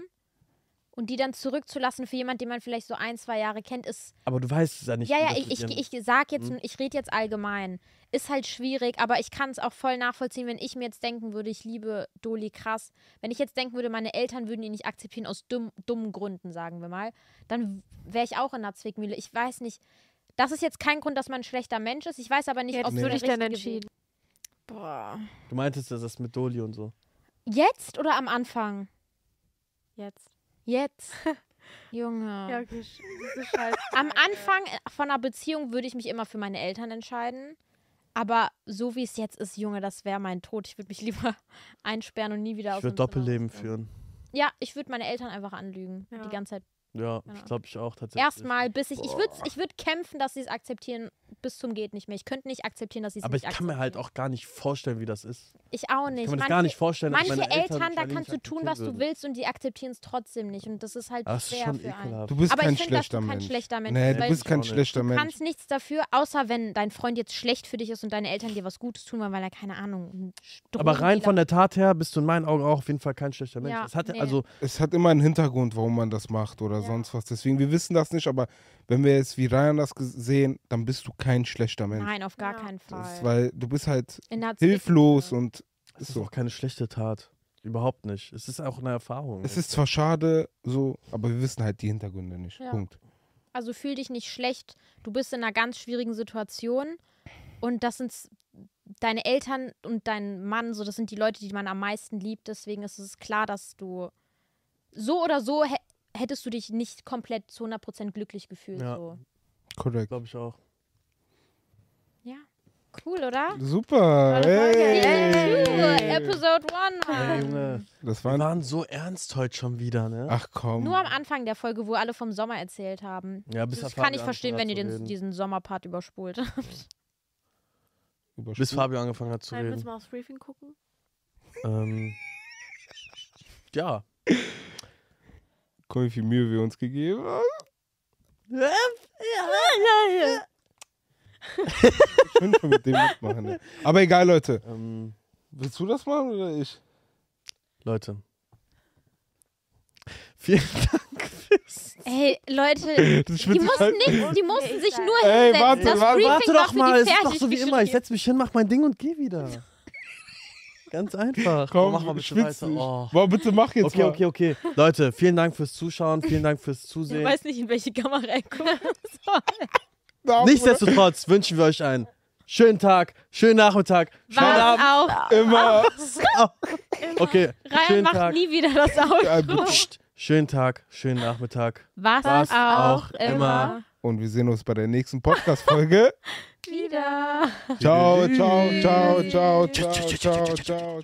[SPEAKER 3] Und die dann zurückzulassen für jemanden, den man vielleicht so ein, zwei Jahre kennt, ist.
[SPEAKER 4] Aber du weißt es ja nicht.
[SPEAKER 3] ja,
[SPEAKER 4] wie
[SPEAKER 3] ja,
[SPEAKER 4] das
[SPEAKER 3] ich,
[SPEAKER 4] mit ihren-
[SPEAKER 3] ich, ich sag jetzt,
[SPEAKER 4] Mhm.
[SPEAKER 3] ich rede jetzt allgemein. Ist halt schwierig, aber ich kann es auch voll nachvollziehen, wenn ich mir jetzt denken würde, ich liebe Doli krass. Wenn ich jetzt denken würde, meine Eltern würden ihn nicht akzeptieren aus dumm, dummen Gründen, sagen wir mal, dann wäre ich auch in einer Zwickmühle. Ich weiß nicht. Das ist jetzt kein Grund, dass man ein schlechter Mensch ist. Ich weiß aber nicht,
[SPEAKER 1] Jetzt
[SPEAKER 3] ob
[SPEAKER 1] nee.
[SPEAKER 3] es
[SPEAKER 1] würde
[SPEAKER 3] der
[SPEAKER 1] ich dann
[SPEAKER 3] Richtige
[SPEAKER 1] entschieden. Boah.
[SPEAKER 4] du meintest das, das mit Doli und so.
[SPEAKER 3] wäre. Jetzt oder am Anfang?
[SPEAKER 1] Jetzt. *laughs*
[SPEAKER 3] Jetzt. Junge.
[SPEAKER 1] Ja, okay. sch- das ist
[SPEAKER 4] *laughs*
[SPEAKER 1] scheiße.
[SPEAKER 3] Am Anfang äh, von einer Beziehung würde ich mich immer für meine Eltern entscheiden. Aber so wie es jetzt ist, Junge, das wäre mein Tod. Ich würde mich *laughs* lieber einsperren und nie wieder aus
[SPEAKER 4] Ich würde
[SPEAKER 3] dem Zimmer
[SPEAKER 4] Doppelleben
[SPEAKER 3] rausgehen.
[SPEAKER 4] führen.
[SPEAKER 3] Ja, ich würde meine Eltern einfach anlügen.
[SPEAKER 1] Ja.
[SPEAKER 3] Die ganze Zeit.
[SPEAKER 4] Ja,
[SPEAKER 3] Ja.
[SPEAKER 4] ich glaube ich auch tatsächlich.
[SPEAKER 3] Erstmal, bis ich. Ich würde ich würd kämpfen, dass sie es akzeptieren, bis zum Geht nicht mehr. Ich könnte nicht akzeptieren, dass sie es
[SPEAKER 4] Aber ich
[SPEAKER 3] nicht
[SPEAKER 4] kann mir halt
[SPEAKER 3] akzeptieren.
[SPEAKER 4] auch gar nicht vorstellen, wie das ist.
[SPEAKER 3] Ich auch
[SPEAKER 4] Ich kann mir
[SPEAKER 3] nicht.
[SPEAKER 4] das
[SPEAKER 3] manche
[SPEAKER 4] gar nicht vorstellen. dass
[SPEAKER 3] manche
[SPEAKER 4] meine
[SPEAKER 3] Eltern,
[SPEAKER 4] mich
[SPEAKER 3] da
[SPEAKER 4] alle
[SPEAKER 3] kannst du
[SPEAKER 4] nicht
[SPEAKER 3] tun, was du
[SPEAKER 4] akzeptieren würden. Ah,
[SPEAKER 3] willst und die akzeptieren es trotzdem nicht. Und das ist halt
[SPEAKER 4] Das ist
[SPEAKER 3] schwer
[SPEAKER 4] schon
[SPEAKER 3] für einen.
[SPEAKER 4] ekelhaft.
[SPEAKER 2] Du bist
[SPEAKER 3] Aber
[SPEAKER 2] kein
[SPEAKER 3] ich finde, dass du
[SPEAKER 2] schlechter
[SPEAKER 3] kein
[SPEAKER 2] Mensch.
[SPEAKER 3] schlechter Mensch
[SPEAKER 2] nee,
[SPEAKER 3] bist,
[SPEAKER 2] du
[SPEAKER 3] weil
[SPEAKER 2] bist
[SPEAKER 4] ich
[SPEAKER 2] kein
[SPEAKER 4] auch nicht.
[SPEAKER 2] schlechter
[SPEAKER 3] Du
[SPEAKER 2] Mensch.
[SPEAKER 3] kannst nichts dafür, außer wenn dein Freund jetzt schlecht für dich ist und deine Eltern dir was Gutes tun wollen, weil er keine Ahnung.
[SPEAKER 4] Aber rein von der Tat her bist du in meinen Augen auch auf jeden Fall kein schlechter Mensch.
[SPEAKER 3] Ja,
[SPEAKER 4] es hat,
[SPEAKER 3] nee.
[SPEAKER 4] also,
[SPEAKER 2] Es hat immer einen Hintergrund, warum man das macht oder
[SPEAKER 3] Ja.
[SPEAKER 2] sonst was. Deswegen, wir wissen das nicht, aber wenn wir jetzt wie Ryan das gesehen, dann bist du kein schlechter Mensch.
[SPEAKER 3] *laughs* Nein, auf gar
[SPEAKER 1] Ja.
[SPEAKER 3] keinen
[SPEAKER 2] Das ist,
[SPEAKER 3] Fall.
[SPEAKER 2] weil du bist halt
[SPEAKER 3] In einer
[SPEAKER 2] hilflos
[SPEAKER 3] Zwickmühle.
[SPEAKER 2] und
[SPEAKER 4] es
[SPEAKER 2] ist
[SPEAKER 4] ist
[SPEAKER 2] so.
[SPEAKER 4] auch keine schlechte Tat. Überhaupt nicht. Es ist auch eine Erfahrung.
[SPEAKER 2] Es ist zwar schade, so, aber wir wissen halt die Hintergründe nicht.
[SPEAKER 3] Ja.
[SPEAKER 2] Punkt.
[SPEAKER 3] Also fühl dich nicht schlecht. Du bist in einer ganz schwierigen Situation und das sind deine Eltern und dein Mann, so das sind die Leute, die man am meisten liebt. Deswegen ist es klar, dass du so oder so hä- hättest du dich nicht komplett zu 100% glücklich gefühlt.
[SPEAKER 4] Ja.
[SPEAKER 3] So.
[SPEAKER 2] Korrekt.
[SPEAKER 4] glaube ich auch.
[SPEAKER 3] ja. Cool, oder?
[SPEAKER 2] Super.
[SPEAKER 1] Tolle Folge.
[SPEAKER 2] Hey.
[SPEAKER 3] Cool. Episode 1.
[SPEAKER 4] Ey, Junge,
[SPEAKER 2] Das
[SPEAKER 4] wir
[SPEAKER 2] waren.
[SPEAKER 4] waren so ernst heute schon wieder, ne?
[SPEAKER 2] Ach komm.
[SPEAKER 3] Nur am Anfang der Folge, wo alle vom Sommer erzählt haben.
[SPEAKER 4] ja, bis
[SPEAKER 3] Das
[SPEAKER 4] Fabian
[SPEAKER 3] kann ich verstehen, wenn ihr
[SPEAKER 4] angefangen hat
[SPEAKER 3] den,
[SPEAKER 4] zu reden.
[SPEAKER 3] diesen Sommerpart überspult.
[SPEAKER 4] *laughs*
[SPEAKER 2] Überspult.
[SPEAKER 4] Bis Fabio angefangen hat zu
[SPEAKER 1] Dann müssen
[SPEAKER 4] reden.
[SPEAKER 1] wir aufs Briefing gucken.
[SPEAKER 4] Ähm, ja.
[SPEAKER 2] Guck, wie viel Mühe wir uns gegeben haben. Schön schon mit dem mitmachen. Ne? Aber egal, Leute.
[SPEAKER 4] Ähm,
[SPEAKER 2] Willst du das machen oder ich?
[SPEAKER 4] Leute.
[SPEAKER 3] *laughs*
[SPEAKER 4] Vielen Dank fürs.
[SPEAKER 3] Ey,
[SPEAKER 4] *laughs*
[SPEAKER 3] Leute,
[SPEAKER 2] Das
[SPEAKER 3] die
[SPEAKER 2] witzig
[SPEAKER 3] mussten
[SPEAKER 2] halt.
[SPEAKER 3] nichts, die mussten sich nur
[SPEAKER 2] Ey,
[SPEAKER 3] hinsetzen.
[SPEAKER 2] warte,
[SPEAKER 3] das
[SPEAKER 2] warte,
[SPEAKER 3] Briefing
[SPEAKER 4] Warte
[SPEAKER 3] war
[SPEAKER 4] doch
[SPEAKER 3] für die
[SPEAKER 4] mal, es ist doch
[SPEAKER 3] fertig
[SPEAKER 4] so wie immer. Ich
[SPEAKER 3] geschrieben.
[SPEAKER 4] setz mich hin, mach mein Ding und geh wieder.
[SPEAKER 3] *laughs*
[SPEAKER 4] Ganz einfach.
[SPEAKER 2] Komm,
[SPEAKER 4] mach mal bitte
[SPEAKER 2] schwitz
[SPEAKER 4] weiter.
[SPEAKER 2] nicht.
[SPEAKER 4] Oh.
[SPEAKER 2] Boah, bitte mach jetzt
[SPEAKER 4] Okay,
[SPEAKER 2] mal.
[SPEAKER 4] okay, okay. Leute, vielen Dank fürs Zuschauen, vielen Dank fürs
[SPEAKER 3] Ich
[SPEAKER 4] Zusehen.
[SPEAKER 3] weiß nicht, in welche Kamera
[SPEAKER 4] *laughs*
[SPEAKER 3] er guckt.
[SPEAKER 2] Darf man
[SPEAKER 4] Nichtsdestotrotz wünschen wir euch einen schönen Tag, schönen Nachmittag, schönen Abend.
[SPEAKER 3] Was auf.
[SPEAKER 2] *laughs* Immer.
[SPEAKER 4] Okay,
[SPEAKER 3] Ryan
[SPEAKER 4] schönen
[SPEAKER 3] macht
[SPEAKER 4] Tag.
[SPEAKER 3] nie wieder das
[SPEAKER 2] Ja,
[SPEAKER 3] Auto.
[SPEAKER 2] gut.
[SPEAKER 4] Psst, schönen Tag, schönen Nachmittag.
[SPEAKER 3] Was,
[SPEAKER 4] Was
[SPEAKER 3] auch
[SPEAKER 4] auch
[SPEAKER 3] immer
[SPEAKER 4] immer.
[SPEAKER 2] Und wir sehen uns bei der nächsten Podcast-Folge.
[SPEAKER 3] wieder.
[SPEAKER 2] ciao, ciao, ciao, ciao, ciao, ciao, ciao.